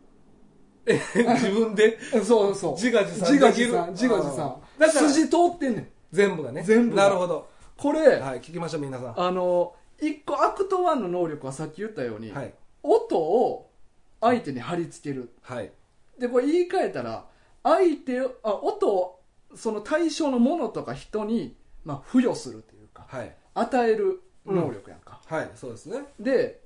え自分でそうそう自画自賛自画自でき賛る自画自賛あーだから筋通ってんねん全部がね全部がなるほどこれ、はい聞きましょう皆さんはあの一個アクト1の能力はさっき言ったように、い音を相手に貼り付けるはいでこれ言い換えたら相手をあ音をその対象のものとか人に、まあ、付与するというかはい与える能力やんか、はいそうですねで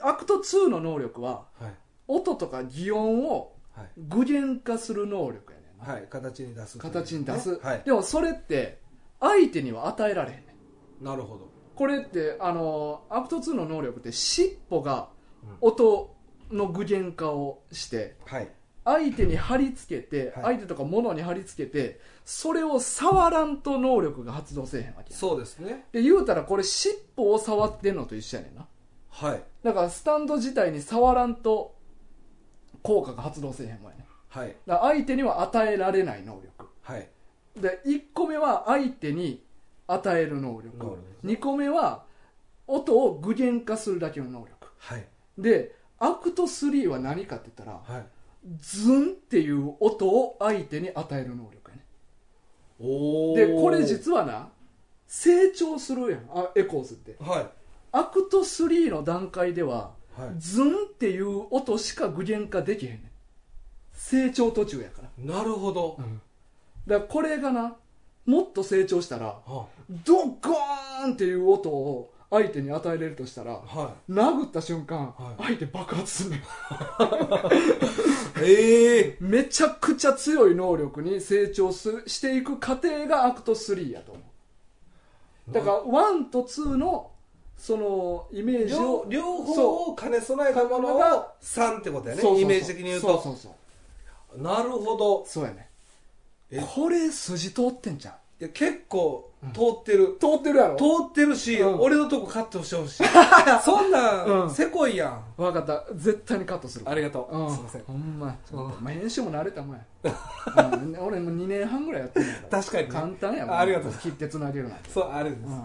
アクト2の能力ははい音とか擬音をはい具現化する能力やねんなはい形に出すというね形に出す、はいでもそれって相手には与えられへんねんなるほどこれってあのアクト2の能力って尻尾がうん音の具現化をしてはい相手に貼り付けて、はい相手とか物に貼り付けてそれを触らんと能力が発動せえへんわけやそうですねで言うたらこれ尻尾を触ってんのと一緒やねんなはいだからスタンド自体に触らんと効果が発動せえへんもんやねはいだから相手には与えられない能力はいで1個目は相手に与える能力能力で2す個目は音を具現化するだけの能力はいでアクト3は何かって言ったらはいズンっていう音を相手に与える能力やねおおでこれ実はな成長するやんあエコーズってはアクト3の段階ではいはいズンっていう音しか具現化できへんねん成長途中やからなるほど、だからこれがなもっと成長したらはドッゴーンっていう音を相手に与えれるとしたらは殴った瞬間、はい相手爆発するねんいええめちゃくちゃ強い能力に成長すしていく過程がアクト3やと思うだから1と2のそのイメージ両を両方を兼ね備えたものそうが3ってことやねそうそうそうイメージ的に言うとそうそうそうなるほどそうやねえこれ筋通ってんじゃんいや結構通ってる、通ってるやろ通ってるし、うん俺のとこカットし *laughs* てほしいそんなん、うんせこいやん分かった絶対にカットするありがとう、うん、すいませんほんまうんお前編集も慣れた *laughs* もんや、うん俺もう2年半ぐらいやってるんやから確かにね簡単やもんありがとう切ってつなげるなんてそうあれです、ういん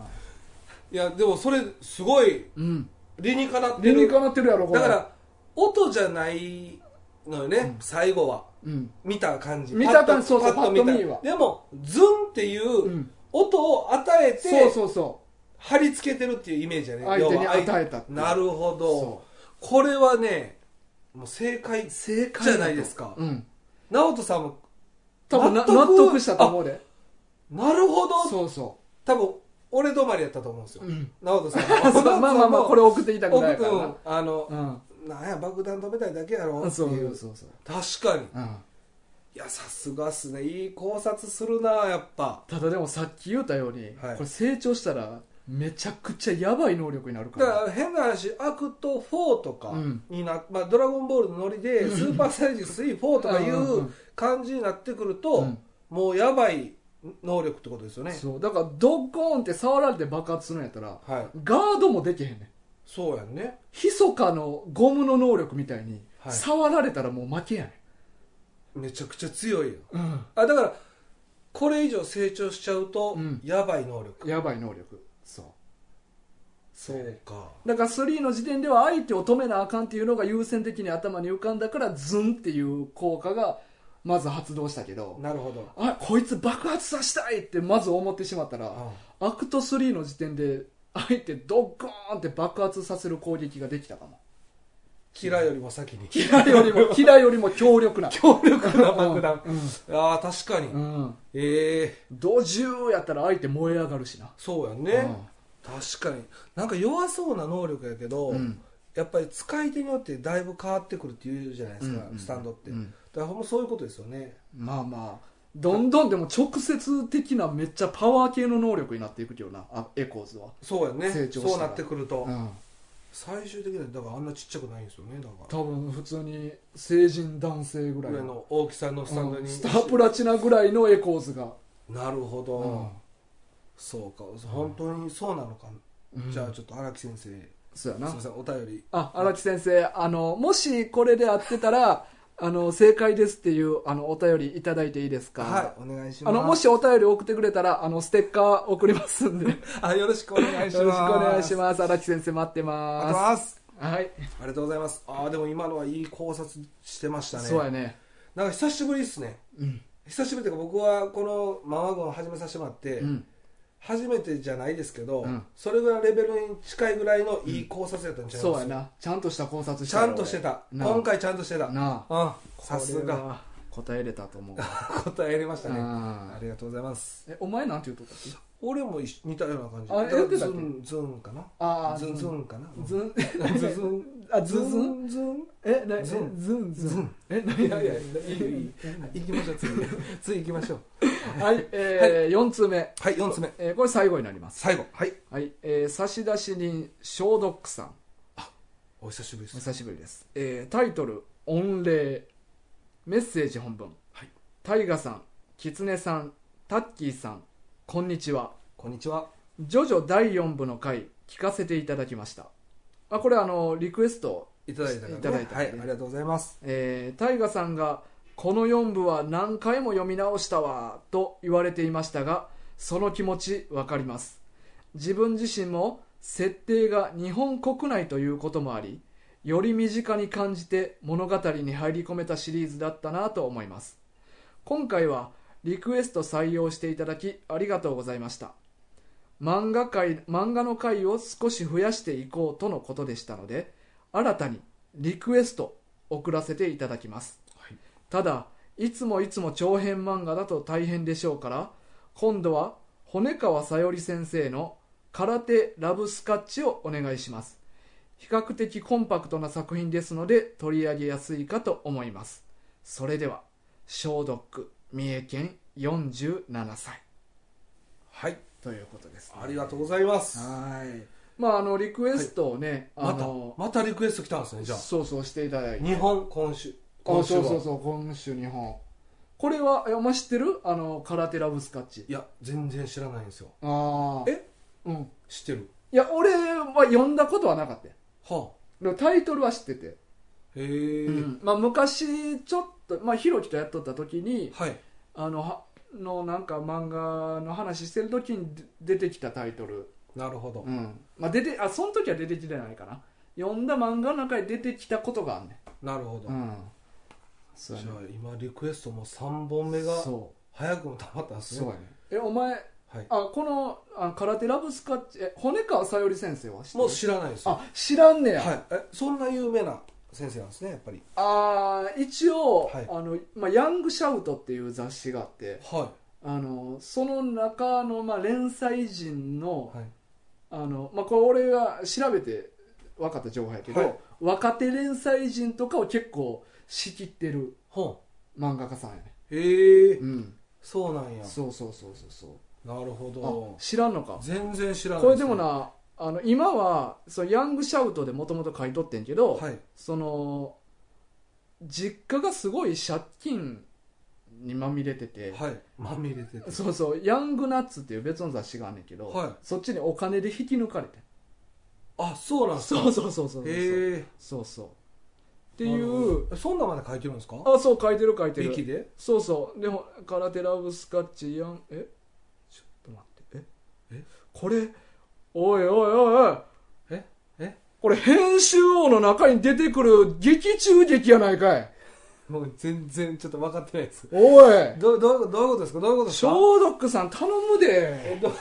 やでもそれすごいうん理にかなって理るにかなってるやろこれだから音じゃないのよね、最後はうん見た感じ見たパ感ッじそとうそうパッと見パたッと見はでもズンっていううん音を与えて、そうそうそ貼り付けてるっていうイメージやうね相手に要は相与えたっていうなるほそどこれはねもう正解う正解じだゃとないですかうん直人さんも多分な納得納得したと思うでなるほどそうそ多分俺止まりやったと思うんですよううん直人さ *laughs* んそうまあまあまあこれを送っていたくないからなあのうんなんや爆弾止めたいだけやろってそういそううそうそう確かにうんいやさすがっすねいい考察するなやっぱただでもさっき言ったようにはいこれ成長したらめちゃくちゃやばい能力になるかだからら変な話アクト4とかうんにな、まあ、ドラゴンボールのノリでスーパーサイジ3、4とかいうんうんううん感じになってくると、うんもうやばい能力ってことですよねそうだからドッコーンって触られて爆発するんやったらはいガードもできへんねんそうやんねひそかのゴムの能力みたいにはい触られたらもう負けやねめちゃくちゃ強いよん、あだからこれ以上成長しちゃうと、うんやばい能力やばい能力そうそうかだから3の時点では相手を止めなあかんっていうのが優先的に頭に浮かんだからズンっていう効果がまず発動したけどなるほどあこいつ爆発させたいってまず思ってしまったらあアクト3の時点で相手ドッゴーンって爆発させる攻撃ができたかもキラよりも先に *laughs* キラより *laughs* も、キラよりも強力な。強力な爆弾うんああ確かに、うん。ええドジューやったら相手燃え上がるしな。そうやんね、確かになんか弱そうな能力やけど、うんやっぱり使い手によってだいぶ変わってくるっていうじゃないですか、うんうんスタンドって、うんだからほんまそういうことですよねまあまあ、どんどんでも直接的なめっちゃパワー系の能力になっていくけどな、あエコーズは。そうやね成長したらそうなってくると、うん。最終的にはだからあんなちっちゃくないんですよねだから多分普通に成人男性ぐらいぐらいの大きさのスタンドうんに、スタープラチナぐらいのエコーズが。なるほうど、そうか本当にそうなのか、んじゃあちょっと荒木先生、そうやすないま。せんお便りあ、荒木先生、あの、もしこれで合ってたら、あの、正解ですっていう、あの、お便りいただいていいですかはいお願いしまあすの、もしお便り送ってくれたら、あの、ステッカー送りますんで。よあよろしくお願ろいししくますお願いしまます。荒木先生待ってまありがとうございますす。はい。ありがとうございますああでも今のはいい考察してましたねそうやね。なんか久しぶりですねうん。久しぶりというか僕はこのママゴンを始めさせてもらって、うん。初めてじゃないですけど、うんそれぐらいレベルに近いぐらいのいい考察やったんちゃいます、そうやな。ちゃんとした考察しちたよゃんとしてたなあ今回ちゃんとしてたなあ。あさすこれがは答えれたと思う。答えれましたねああーりがとうございますえ、お前なんて言うとったっけ俺も一緒似たような感じあだからやってたズっけンズンかなああ、ズンズンかなズン。ズンズンあ、ズンズンンズンえ、な、えズズンンズン。ズンえ、ないにやないにやいいよいいよ *laughs* 行きましょう次次行きましょうはい、えー四4通目。はい4つ目えーこれ最後になります。最後はいはい、えー差出人、消毒さん。お久しぶりでおす久しぶりです。えータイトル、御礼。メッセージ本文。はいタイガさん、キツネさん、タッキーさん、こんにちは。こんにちはジョジョ第4部の回、聞かせていただきました。あ、これあの、リクエスト。いただいたからねいただいたはいありがとうございますえー、タイガさんが、この4部は何回も読み直したわ、と言われていましたが、その気持ちわかります。自分自身も設定が日本国内ということもありより身近に感じて物語に入り込めたシリーズだったなと思います今回はリクエスト採用していただきありがとうございました漫画界漫画の回を少し増やしていこうとのことでしたので新たにリクエスト送らせていただきます、はいただいつもいつも長編漫画だと大変でしょうから今度は骨川さより先生の空手ラブスカッチをお願いします比較的コンパクトな作品ですので取り上げやすいかと思いますそれでは消毒三重県47歳はいということですね、ありがとうございますはいまああのリクエストをね、あまたの、またリクエスト来たんですねじゃあそうそうしていただいて日本今週あ今週そうはそうそう今週日本これはえお前知ってるあの空手ラブスカッチいや全然知らないんですよああえうん知ってるいや俺は読んだことはなかったよはでもタイトルは知ってて、あへえ、うんまあ、昔ちょっと、まあ、ひろきとやっとった時にはいあのはのなんか漫画の話してる時に出てきたタイトル、なるほど、うんまあ、出てあその時は出てきてないかな読んだ漫画の中に出てきたことがあんねなるほど、ん、うん、そうやじゃねあ今リクエストも3本目がそ早くもたまったんでうすねそうやねえお前はい、あこのあ空手ラブスカッチえ骨川さより先生は知ってるもう知らないですよあ知らんねや、はい、えそんな有名な先生なんですねやっぱりあー一応、はいあのまあ、ヤングシャウトっていう雑誌があってはあのその中の、まあ、連載人いの,、はいあのまあ、これ俺が調べて分かった情報やけど、はい若手連載人とかを結構仕切ってるほ漫画家さんやね、うへえうん、そうなんやそうそうそうそうそなるほうあど知らんのか全然知らないこれでねもなあの今はそのヤングシャウトでもともと書いとってんけど、はいその実家がすごい借金にまみれてて、はいまみれててそうそうヤングナッツっていう別の雑誌があんねんけど、はいそっちにお金で引き抜かれてあそうなんですかそうそうそうそうそうへえっそうそうっていうそんなまで書いてるんですかあそう書いてる書いて駅るでそうそうでも「空手ラブスカッチヤンえちょっと待ってええこれおいおいおいおいええこれ編集王の中に出てくる劇中劇やないかいもう全然ちょっと分かってないですおいどどうどういうことですかどういうことですか消毒さん頼むでえどう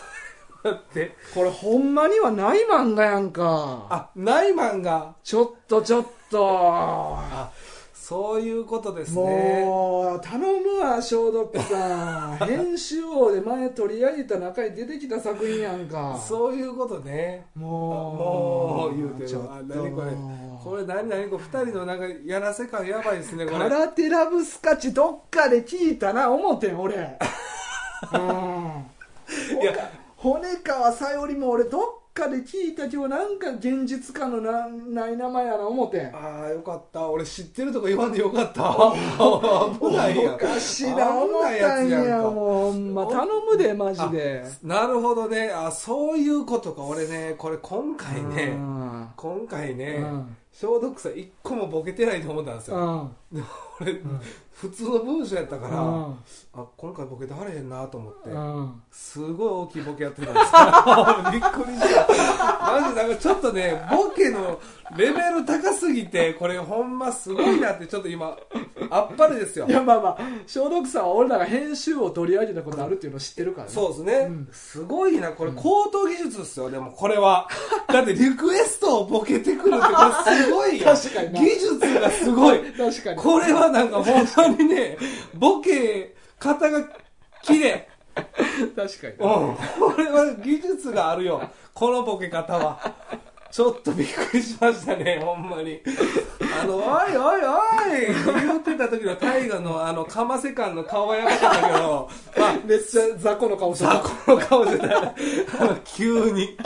だってこれほんまにはない漫画やんかあない漫画ちょっとちょっとあそういうことですねもう頼むわ消毒さん編集王で前取り上げた中に出てきた作品やんかそういうことねもうもう言うてるちょっとあ何これこれ何何これ2人のなんかやらせ感やばいですねこれ空手ラブスカッチどっかで聞いたな思てん俺うんいや骨川さよりも俺どっかで聞いたけどなんか現実感のなない名前やな思てんああよかった俺知ってるとこ言わんでよかった *laughs* 危ないやんおかしいな思っ危ないたんやつややんもかうほんま頼むでマジでなるほどねあそういうことか俺ねこれ今回ねうん今回ね、うん消毒さ一個もボケてないと思ったんですよ、うんで *laughs* 俺、普通の文章やったから、うんあ今回ボケてはれへんなと思って、うんすごい大きいボケやってたんですよ *laughs* びっくりしたマジなんかちょっとねボケのレベル高すぎてこれほんますごいなってちょっと今あっぱれですよいやまあまあ消毒さんは俺らが編集を取り上げたことあるっていうのを知ってるからねそうですね、うんすごいなこれ高等技術ですよ、でもこれはだってリクエストをボケてくるってこれすごいよ確かにな技術がすごい確かにこれはなんかほんまにねボケ方が綺麗確かにうんこれは技術があるよこのボケ方はちょっとびっくりしましたねほんまにあの「おいおいおい!」言ってた時の大河のあのかませ感の顔はやばかったけどまあめっちゃ雑魚の顔してさたあこの顔じゃないあの急に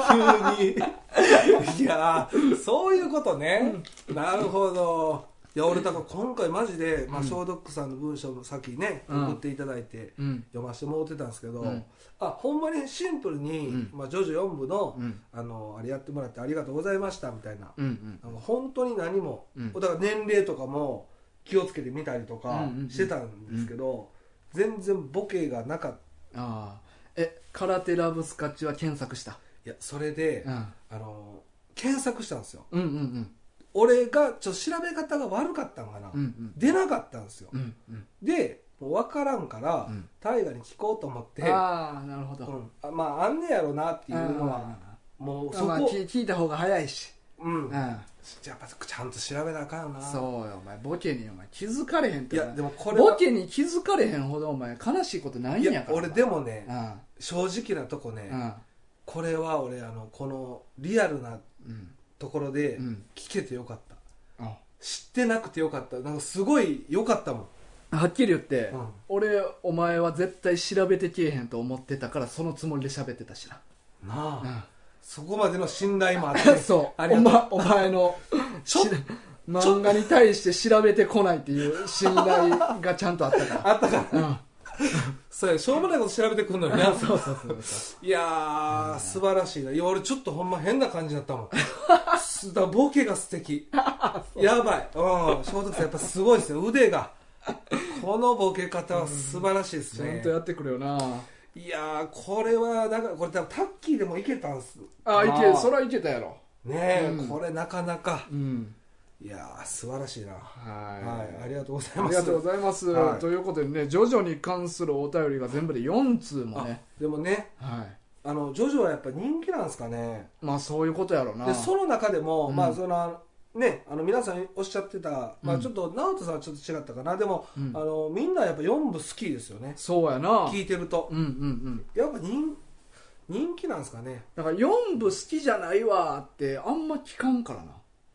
急にいやーそういうことね、なるほどいや俺だから今回マジで、まあ、ショードックさんの文章もさっきね、うん送っていただいてうん読ませてもらってたんですけど、うんあほんまにシンプルに「うんまあ、ジョジョ4部の」うんあのあれやってもらってありがとうございました」みたいな、うんうんなんか本当に何も、うんだから年齢とかも気をつけてみたりとかうんうんうんしてたんですけど、全然ボケがなかった。ああえ空手ラブスカッチは検索したいやそれで、うんあの検索したんですようんうん俺がちょっと調べ方が悪かったのかな、うんうん出なかったんですよ、うんうんうんでもう分からんから、うん大河に聞こうと思ってああなるほどうんあまああんねやろなっていうのはあもうあそこ、まあ聞聞いた方が早いしうんう、んじゃあやっぱちゃんと調べなあかんよなそうよお前ボケにお前気づかれへんっていお前やでもこれはボケに気づかれへんほどお前悲しいことないんいややから俺でもね、うん正直なとこね、うんこれは俺あのこのリアルなうんところでうん聞けてよかった、あ知ってなくてよかったなんかすごいよかったもんはっきり言って、うん俺お前は絶対調べてけえへんと思ってたからそのつもりで喋ってたしな、なあ、うそこまでの信頼もあってん *laughs* そうあお,、りがとうま、お前 *laughs* のちょし漫画に対して調べてこないっていう信頼がちゃんとあったかあったか *laughs* らら、うん、そうやしょうもないこと調べてくんのよなそうそうそうそいやー素晴らしいないや俺ちょっとほんま変な感じだったもんすだボケが素 *laughs* 敵やばいうん聖徳さんやっぱすごいですよ腕がこのボケ方は素晴らしいですうちゃんねとやってくれよないやーこれはだからこれ多分タッキーでもいけたんすあいまけそれはいけたやろねえ、うんこれなかなかうんいやー素晴らしいなは、はいありがとうございあまりすがとうございます、はいということでね徐々に関するお便りが全部で4通もねあでもねはいあのジョジョはやっぱ人気なんですかねまあそういうことやろなでその中でも、うんまあそのねあの皆さんおっしゃってた、うまあんちょっと直人さんはちょっと違ったかなでも、うんあのみんなやっぱ4部好きですよねそうやな聞いてるとうんうんうんやっぱ人人気なんですかねだから4部好きじゃないわってあんま聞かんからない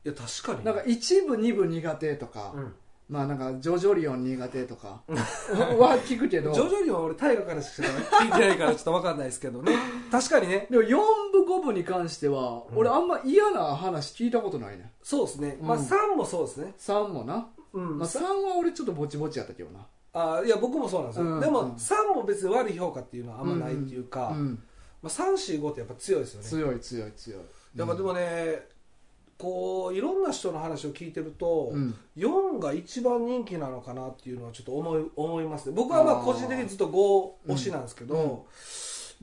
や確かになんか1部2部苦手とか、うんまあなんかジョジョリオン苦手と *laughs* かは聞くけど徐々には俺大河からしか *laughs* 聞いてないからちょっと分かんないですけどね確かにねでも4部5部に関してはうん俺あんま嫌な話聞いたことないねそうですね、まあうん3もそうですね3もな、うん、まあ、3は俺ちょっとぼちぼちやったけどなあいや僕もそうなんですよ、うんでうんも3も別に悪い評価っていうのはあんまないっていうか、うん、まあ、345ってやっぱ強いですよね強い強い強いやっぱでもね、こういろんな人の話を聞いてると、うん4が一番人気なのかなっていうのはちょっと思い思いますね僕はまああー個人的にずっと5推しなんですけど、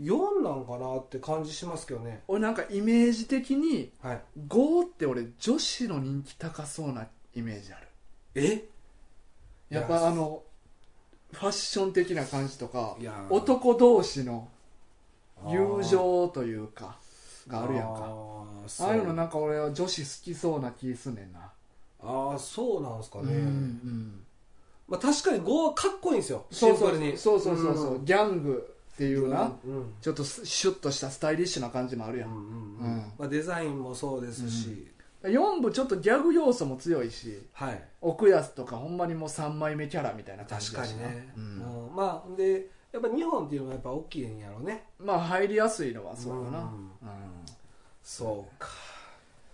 4なんかなって感じしますけどね俺なんかイメージ的にはい5って俺女子の人気高そうなイメージあるえやっいぱやあのファッション的な感じとかいやー男同士の友情というかがあるやんあかーそああいうのなんか俺は女子好きそうな気すんねんなああそうなんですかね、うんまあ、確かに5はかっこいいんですよシそンうそプうルにそうそうそうそう、んギャングっていうな、うんちょっとスシュッとしたスタイリッシュな感じもあるや、うんんううんんまあ、デザインもそうですし、 4部ちょっとギャグ要素も強いしはい奥安とかほんまにもう3枚目キャラみたいな感じ確だかしになね、ううんんまあでやっぱ日本っていうのはやっぱ大きいんやろうねまあ入りやすいのはそうだな、うんうんそうか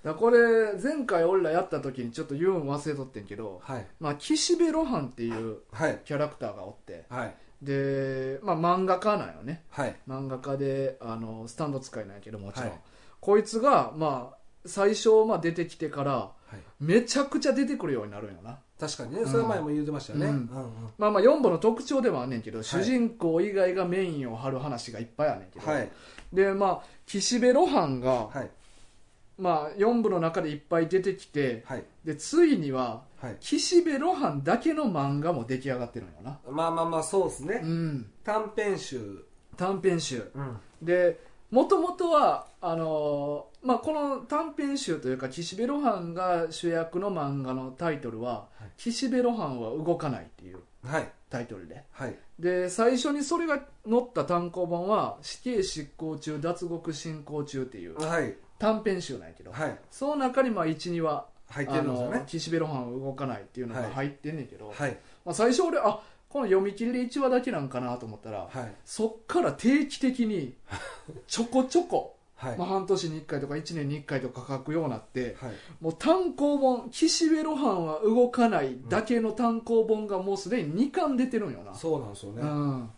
だからこれ前回俺らやった時にちょっと言うん忘れとってんけど、はいまあ、岸辺露伴っていうはいキャラクターがおってはいで、まあ、漫画家なんよねはい漫画家であのスタンド使いなんやけどもちろん、はいこいつが、まあ、最初、まあ、出てきてからはいめちゃくちゃ出てくるようになるんよな確かにねそれは前も言ってましたよね、ううんんまあまあ4部の特徴でもあんねんけど、い主人公以外がメインを張る話がいっぱいあんねんけど、はいでまあ岸辺露伴が、はいまあ、4部の中でいっぱい出てきてはいでついにははい岸辺露伴だけの漫画も出来上がってるんよな、まあまあまあそうですね、うん、短編集、短編集うん、でもともとはあのーまあ、この短編集というか岸辺露伴が主役の漫画のタイトルは「はい岸辺露伴は動かない」っていうはいタイトルではいで最初にそれが載った単行本は「死刑執行中脱獄進行中」っていうはい短編集なんやけどはいその中にまあ12話入ってるんですよあのね岸辺露伴は動かないっていうのがはい入ってんねんけど、はいまあ、最初俺あこの読み切りで1話だけなんかなと思ったらはいそっから定期的 *laughs* にちょこちょこ、はいまあ、半年に1回とか1年に1回とか書くようになってはいもう単行本岸辺露伴は動かないだけの単行本がもうすでに2巻出てるんよな、そうなんですようね、ん、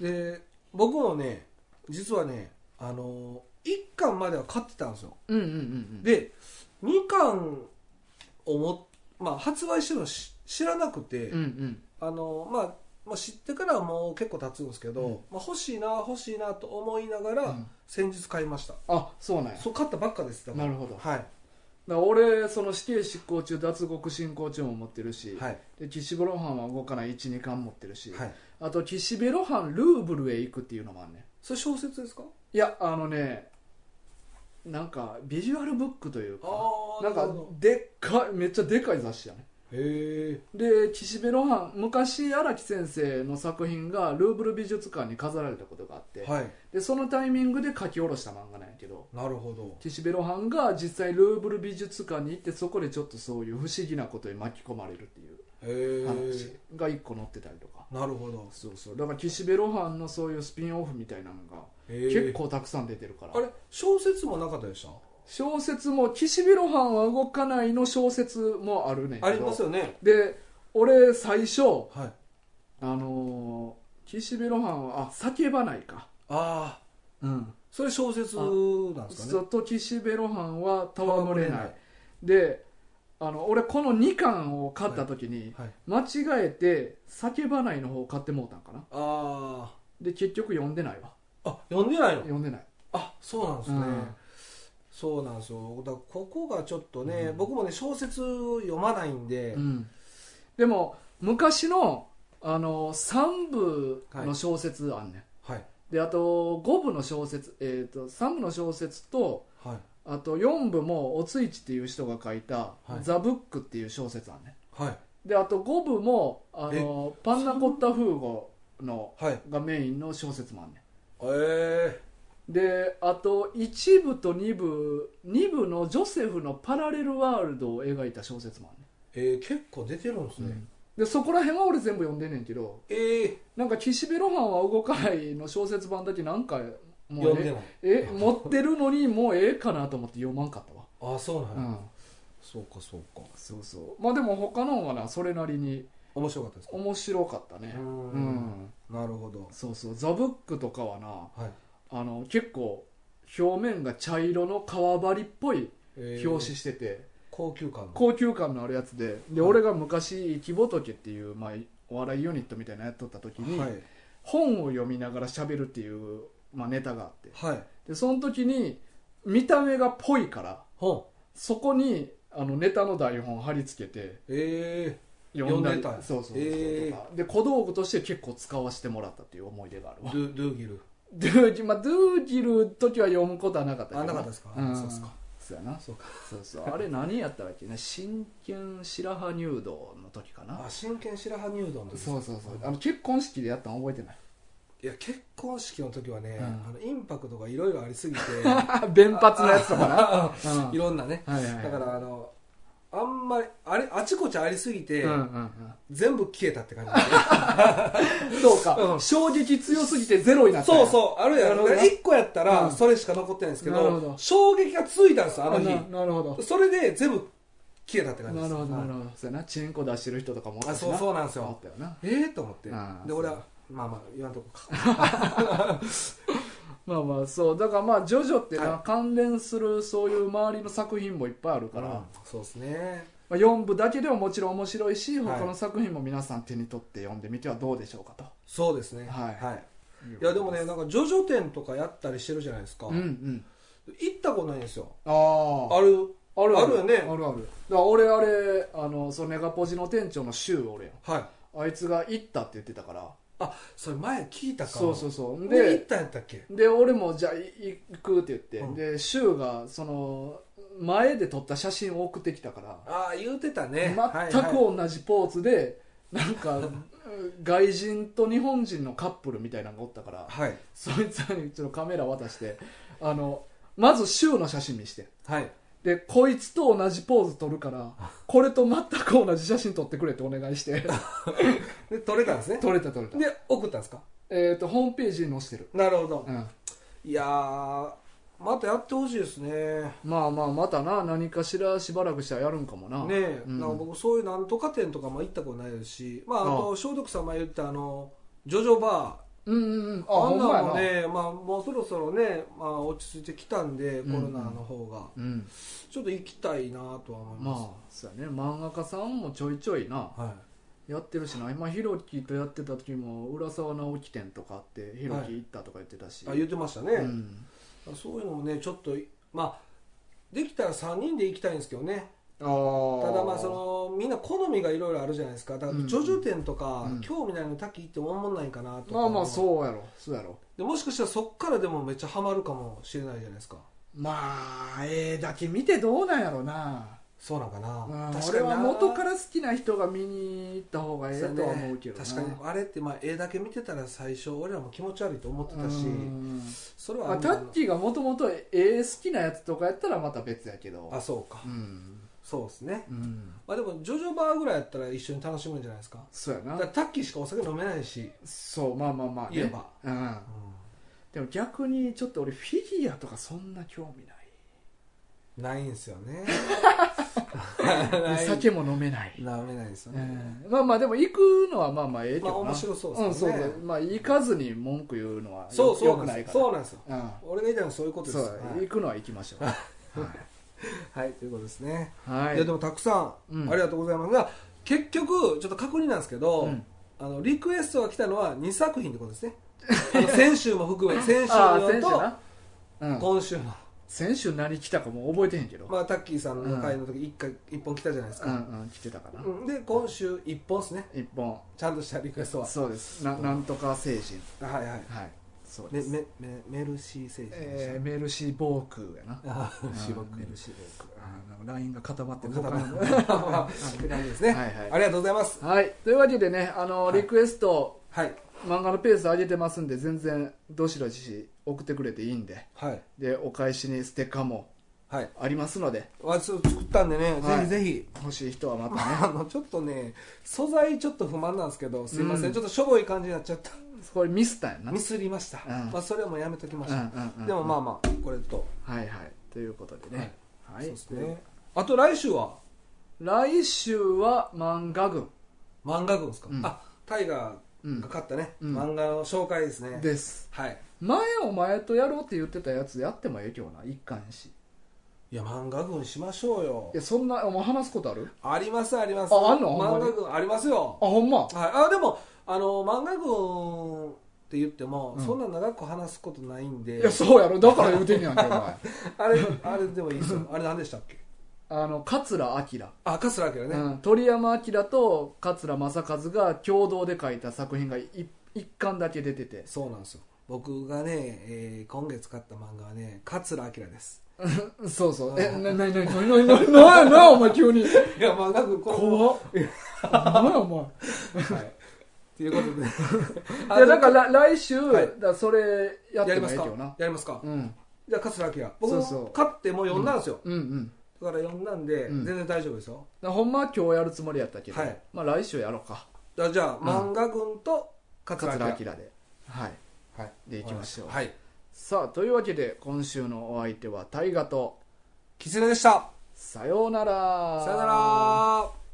で僕もね実はねあの1巻までは買ってたんですようんうんうんうんで2巻をも、まあ、発売してるのし知らなくて、うんうんあのまあ、まあ知ってからはもう結構経つんですけど、うんまあ、欲しいな欲しいなと思いながら、うん先日買いましたあそうなんやそう買ったばっかですだかならるほどだかはいら俺その死刑執行中脱獄進行中も持ってるし、はいで岸辺露伴は動かない12巻持ってるし、はいあと岸辺露伴ルーブルへ行くっていうのもあんねんそれ小説ですかいやあのねなんかビジュアルブックというかあなんかでっかいめっちゃでかい雑誌やねへえで岸辺露伴昔荒木先生の作品がルーブル美術館に飾られたことがあって、はいでそのタイミングで書き下ろした漫画なんやけどなるほど岸辺露伴が実際ルーブル美術館に行ってそこでちょっとそういう不思議なことに巻き込まれるっていうへえ話が1個載ってたりとかなるほどそうそうだから岸辺露伴のそういうスピンオフみたいなのが結結構たくさん出てるから、あれ小説もなかったでした小説も岸辺露伴は動かないの小説もあるねんけどありますよねで俺最初はいあのー岸辺露伴はあ叫ばないかあうあんそれ小説なんですかずねっと岸辺露伴は戯戯れないであの俺この2巻を買った時に、はい間違えて叫ばないの方を買ってもうたんかなあで結局読んでないわああ読んでないの読んでないあそうなんですね、うんそうなんですよだからここがちょっとね、うん僕もね小説読まないんで、うん、でも昔のあの3部の小説あんねん、はいであと5部の小説、えー、と3部の小説とはいあと4部もおついちっていう人が書いたは「いザ・ブック」っていう小説あんねはいんであと5部もあのパンナコッタ風語のはいがメインの小説もあんねええんであと1部と2部2部のジョセフのパラレルワールドを描いた小説もあんねえー結構出てるんですん、ね、でそこら辺は俺全部読んでんねんけどええなんか岸辺露伴は動かないの小説版だけなんかもう読んでえないえ持ってるのにもうええかなと思って読まんかったわ、ああそうなんや、うん、そうかそうかそうそうまあでも他のはなそれなりに面白かったですか面白かったねううんんなるほどそうそうザ・ブックとかはなはい、あの結構表面が茶色の革張りっぽいえ表ー紙してて、高級感の高級感のあるやつでで、はい俺が昔「生き仏」っていう、まあ、お笑いユニットみたいなのやっとった時に、はい本を読みながら喋るっていう、まあ、ネタがあってはいでその時に見た目がぽいから本そこにあのネタの台本貼り付けてえ読んだり読んでたんやそうそうそう、えーとかで小道具として結構使わせてもらったっていう思い出があるえわドゥドゥーギルドゥーギ、まあ、ドゥーギル時は読むことはなかったけどあなかったですかうんそうっすかつやなそうかそうそうあれ何やったらっけね真剣白羽入道の時かなあ真剣白羽入道の時そうそうそうあの結婚式でやったの覚えて *laughs* ないいや結婚式の時はね、うんあのインパクトがいろいろありす *laughs* ぎて弁髪のやつとかなああ *laughs* うんいろんなねはいはいはいだからあのあんまりあれあちこちありすぎて、うんうん全部消えたって感じ *laughs* うんそうか、うん衝撃強すぎてゼロになったそうそうあるやなるんほどな1個やったうらんそれしか残ってないんですけなるほど,、ど衝撃がついたんですよあの日ななるほどそれで全部消えたって感じでなするほどはないるほどそうやなチンコ出してる人とかもおったあしそうそうなんですおっよたよなええと思ってあーでそう俺はまあまあ言わんとこかまあまあそうだからまあジョジョってな、は関連するそういう周りの作品もいっぱいあるから、うんまそうですねあ、4部だけでももちろん面白いしはい他の作品も皆さん手に取って読んでみてはどうでしょうかと、そうですねはいいやでもねなんかジョジョ展とかやったりしてるじゃないですか、うんうん行ったことないんですよあああるあるあるよねあるあるだから俺あれあのそのネガポジの店長の柊俺やんはいあいつが行ったって言ってたからあそれ前聞いたかそうそうそうで行っでたんやったっけで俺もじゃあい行くって言って、うんで柊がその前で撮った写真を送ってきたからああ言うてたね全く同じポーズでなんか *laughs* 外人と日本人のカップルみたいなのがおったからはいそいつらにちょっとカメラ渡してあのまず柊の写真見してはい、はい、でこいつと同じポーズ撮る *laughs* からこれと全く同じ写真撮ってくれってお願いしてで撮れたんですね撮れた撮れたで送ったんですかえっとホームページに載せてる、なるほど、うん、いやーまたやってほしいですねねまあまあまたな何かしらしばらくしたらやるんかもなえ、うんなんか僕そういうなんとか店とかも行ったことないですしまあああと消毒さん前言ったあのジョジョバうんうんうんあーあほんんなまやのもな、ねまあもうそろそろね、まあ、落ち着いてきたんでうんコロナの方が、うん、ちょっと行きたいなとは思いまあまそうやね漫画家さんもちょいちょいなす、はいやってるしな今ひろきとやってた時も浦沢直樹店とかあってひろき行ったとか言ってたし、あ言ってましたね、うん、そういうのもねちょっとまあできたら3人で行きたいんですけどねあたただまあそのみんな好みがいろいろあるじゃないですかだからうんジョジョ店とか、うん興味ないの多岐行ってもおもんないかなとかまあまあうそうやろそうやろでもしかしたらそっからでもめっちゃハマるかもしれないじゃないですかまあ絵だけ見てどうなんやろな、そうなんかな、うん確か俺になは元から好きな人が見に行った方がええとは思うけどな確かにあれってまあ絵だけ見てたら最初俺らも気持ち悪いと思ってたしうんそれはまあ、るタかなッキーがもともと絵好きなやつとかやったらまた別やけどあそうかうんそうですねうんまあでもジョジョバーぐらいやったら一緒に楽しめるんじゃないですかそうやだなからタッキーしかお酒飲めないし、そうまあまあまあ、ね、言えばうんでも逆にちょっと俺フィギュアとかそんな興味ないないんすよねで *laughs* 酒も飲めない、なめないんですようね、んまあまあでも行くのはまあまあええけどまな、あ面白そうですうよん、ねそうそうまあ行かずに文句言うのはよそうそうよなくんなでいすからよそうなんですようん俺が言いたいのはそういうことですそよう行くのは行きましょうはい、はいということですね、、はいいやでもたくさん、うんありがとうございますが結局ちょっと確認なんですけど、うんあのリクエストが来たのは2作品ってことですね *laughs* あの先週も含め先週ああの選手とな、うん、今週の、選手何来たかもう覚えてへんけど、まあ、タッキーさんの回の時1回1本来たじゃないですうか、んうん来てたかな、うんで今週1本ですね一本ちゃんとしたリクエストはそうですななんとか星人はいはいはいそうめです、めめメルシー星人でしたえー、メルシー・ボークやなあうーんメルシー・ボークあーなんかラインが固まって固まっはてって感じですね、はいはいありがとうございますいというわけでねあのリクエスト、はい漫画のペース上げてますんで全然どしどし送ってくれていいんではいでお返しにステッカーもはいありますので私作ったんでね、はいぜひぜひ欲しい人はまたねあのちょっとね素材ちょっと不満なんですけどすいません、うんちょっとしょぼい感じになっちゃったこれミスったんやなミスりました、うんまあ、それはもうやめときましうんた、うんうんでもまあまあこれと、はいはいということでねはい、そうですねあと来週は来週は漫画群漫画群ですか、うんあタイガうーんが勝ったね、うん漫画の紹介ですねですはい前お前とやろうって言ってたやつやってもええけどな一貫やしいや漫画群しましょうよいやそんなお前話すことあるありますありますああんのほん漫ま画に群ありますよあほんまはい、あでもあの漫画群って言っても、うんそんな長く話すことないんいでやそうやろだから言うてんねやんけお *laughs* 前 *laughs* あれあれでもいいですよあれ何でしたっけあの桂明、あカスラけどね、うん、鳥山明と桂正和が共同で書いた作品がい一巻だけ出ててそうなんですよ僕がね、えー今月買った漫画はね桂明ですそうそう。え、うんな、なになになになになになになお前急に。いや、まあ、なんかこう、怖っ。なんやお前。はい。ということで。 *laughs* いや、だから来来週、はいだそれやっやてりもまいいすけどかな。やりますかうん。じゃあ桂明僕そうそうも勝ってもう呼んだんですようんうん。だから呼んだんでうん全然大丈夫ですよだほんまは今日やるつもりやったけど、はいまあ来週やろうか。じゃあじゃあ漫画軍と桂桂明明で。はい。はいでいきましょう。はいさあ、というわけで今週のお相手は大河と、キツネでしたさようなら。さよなら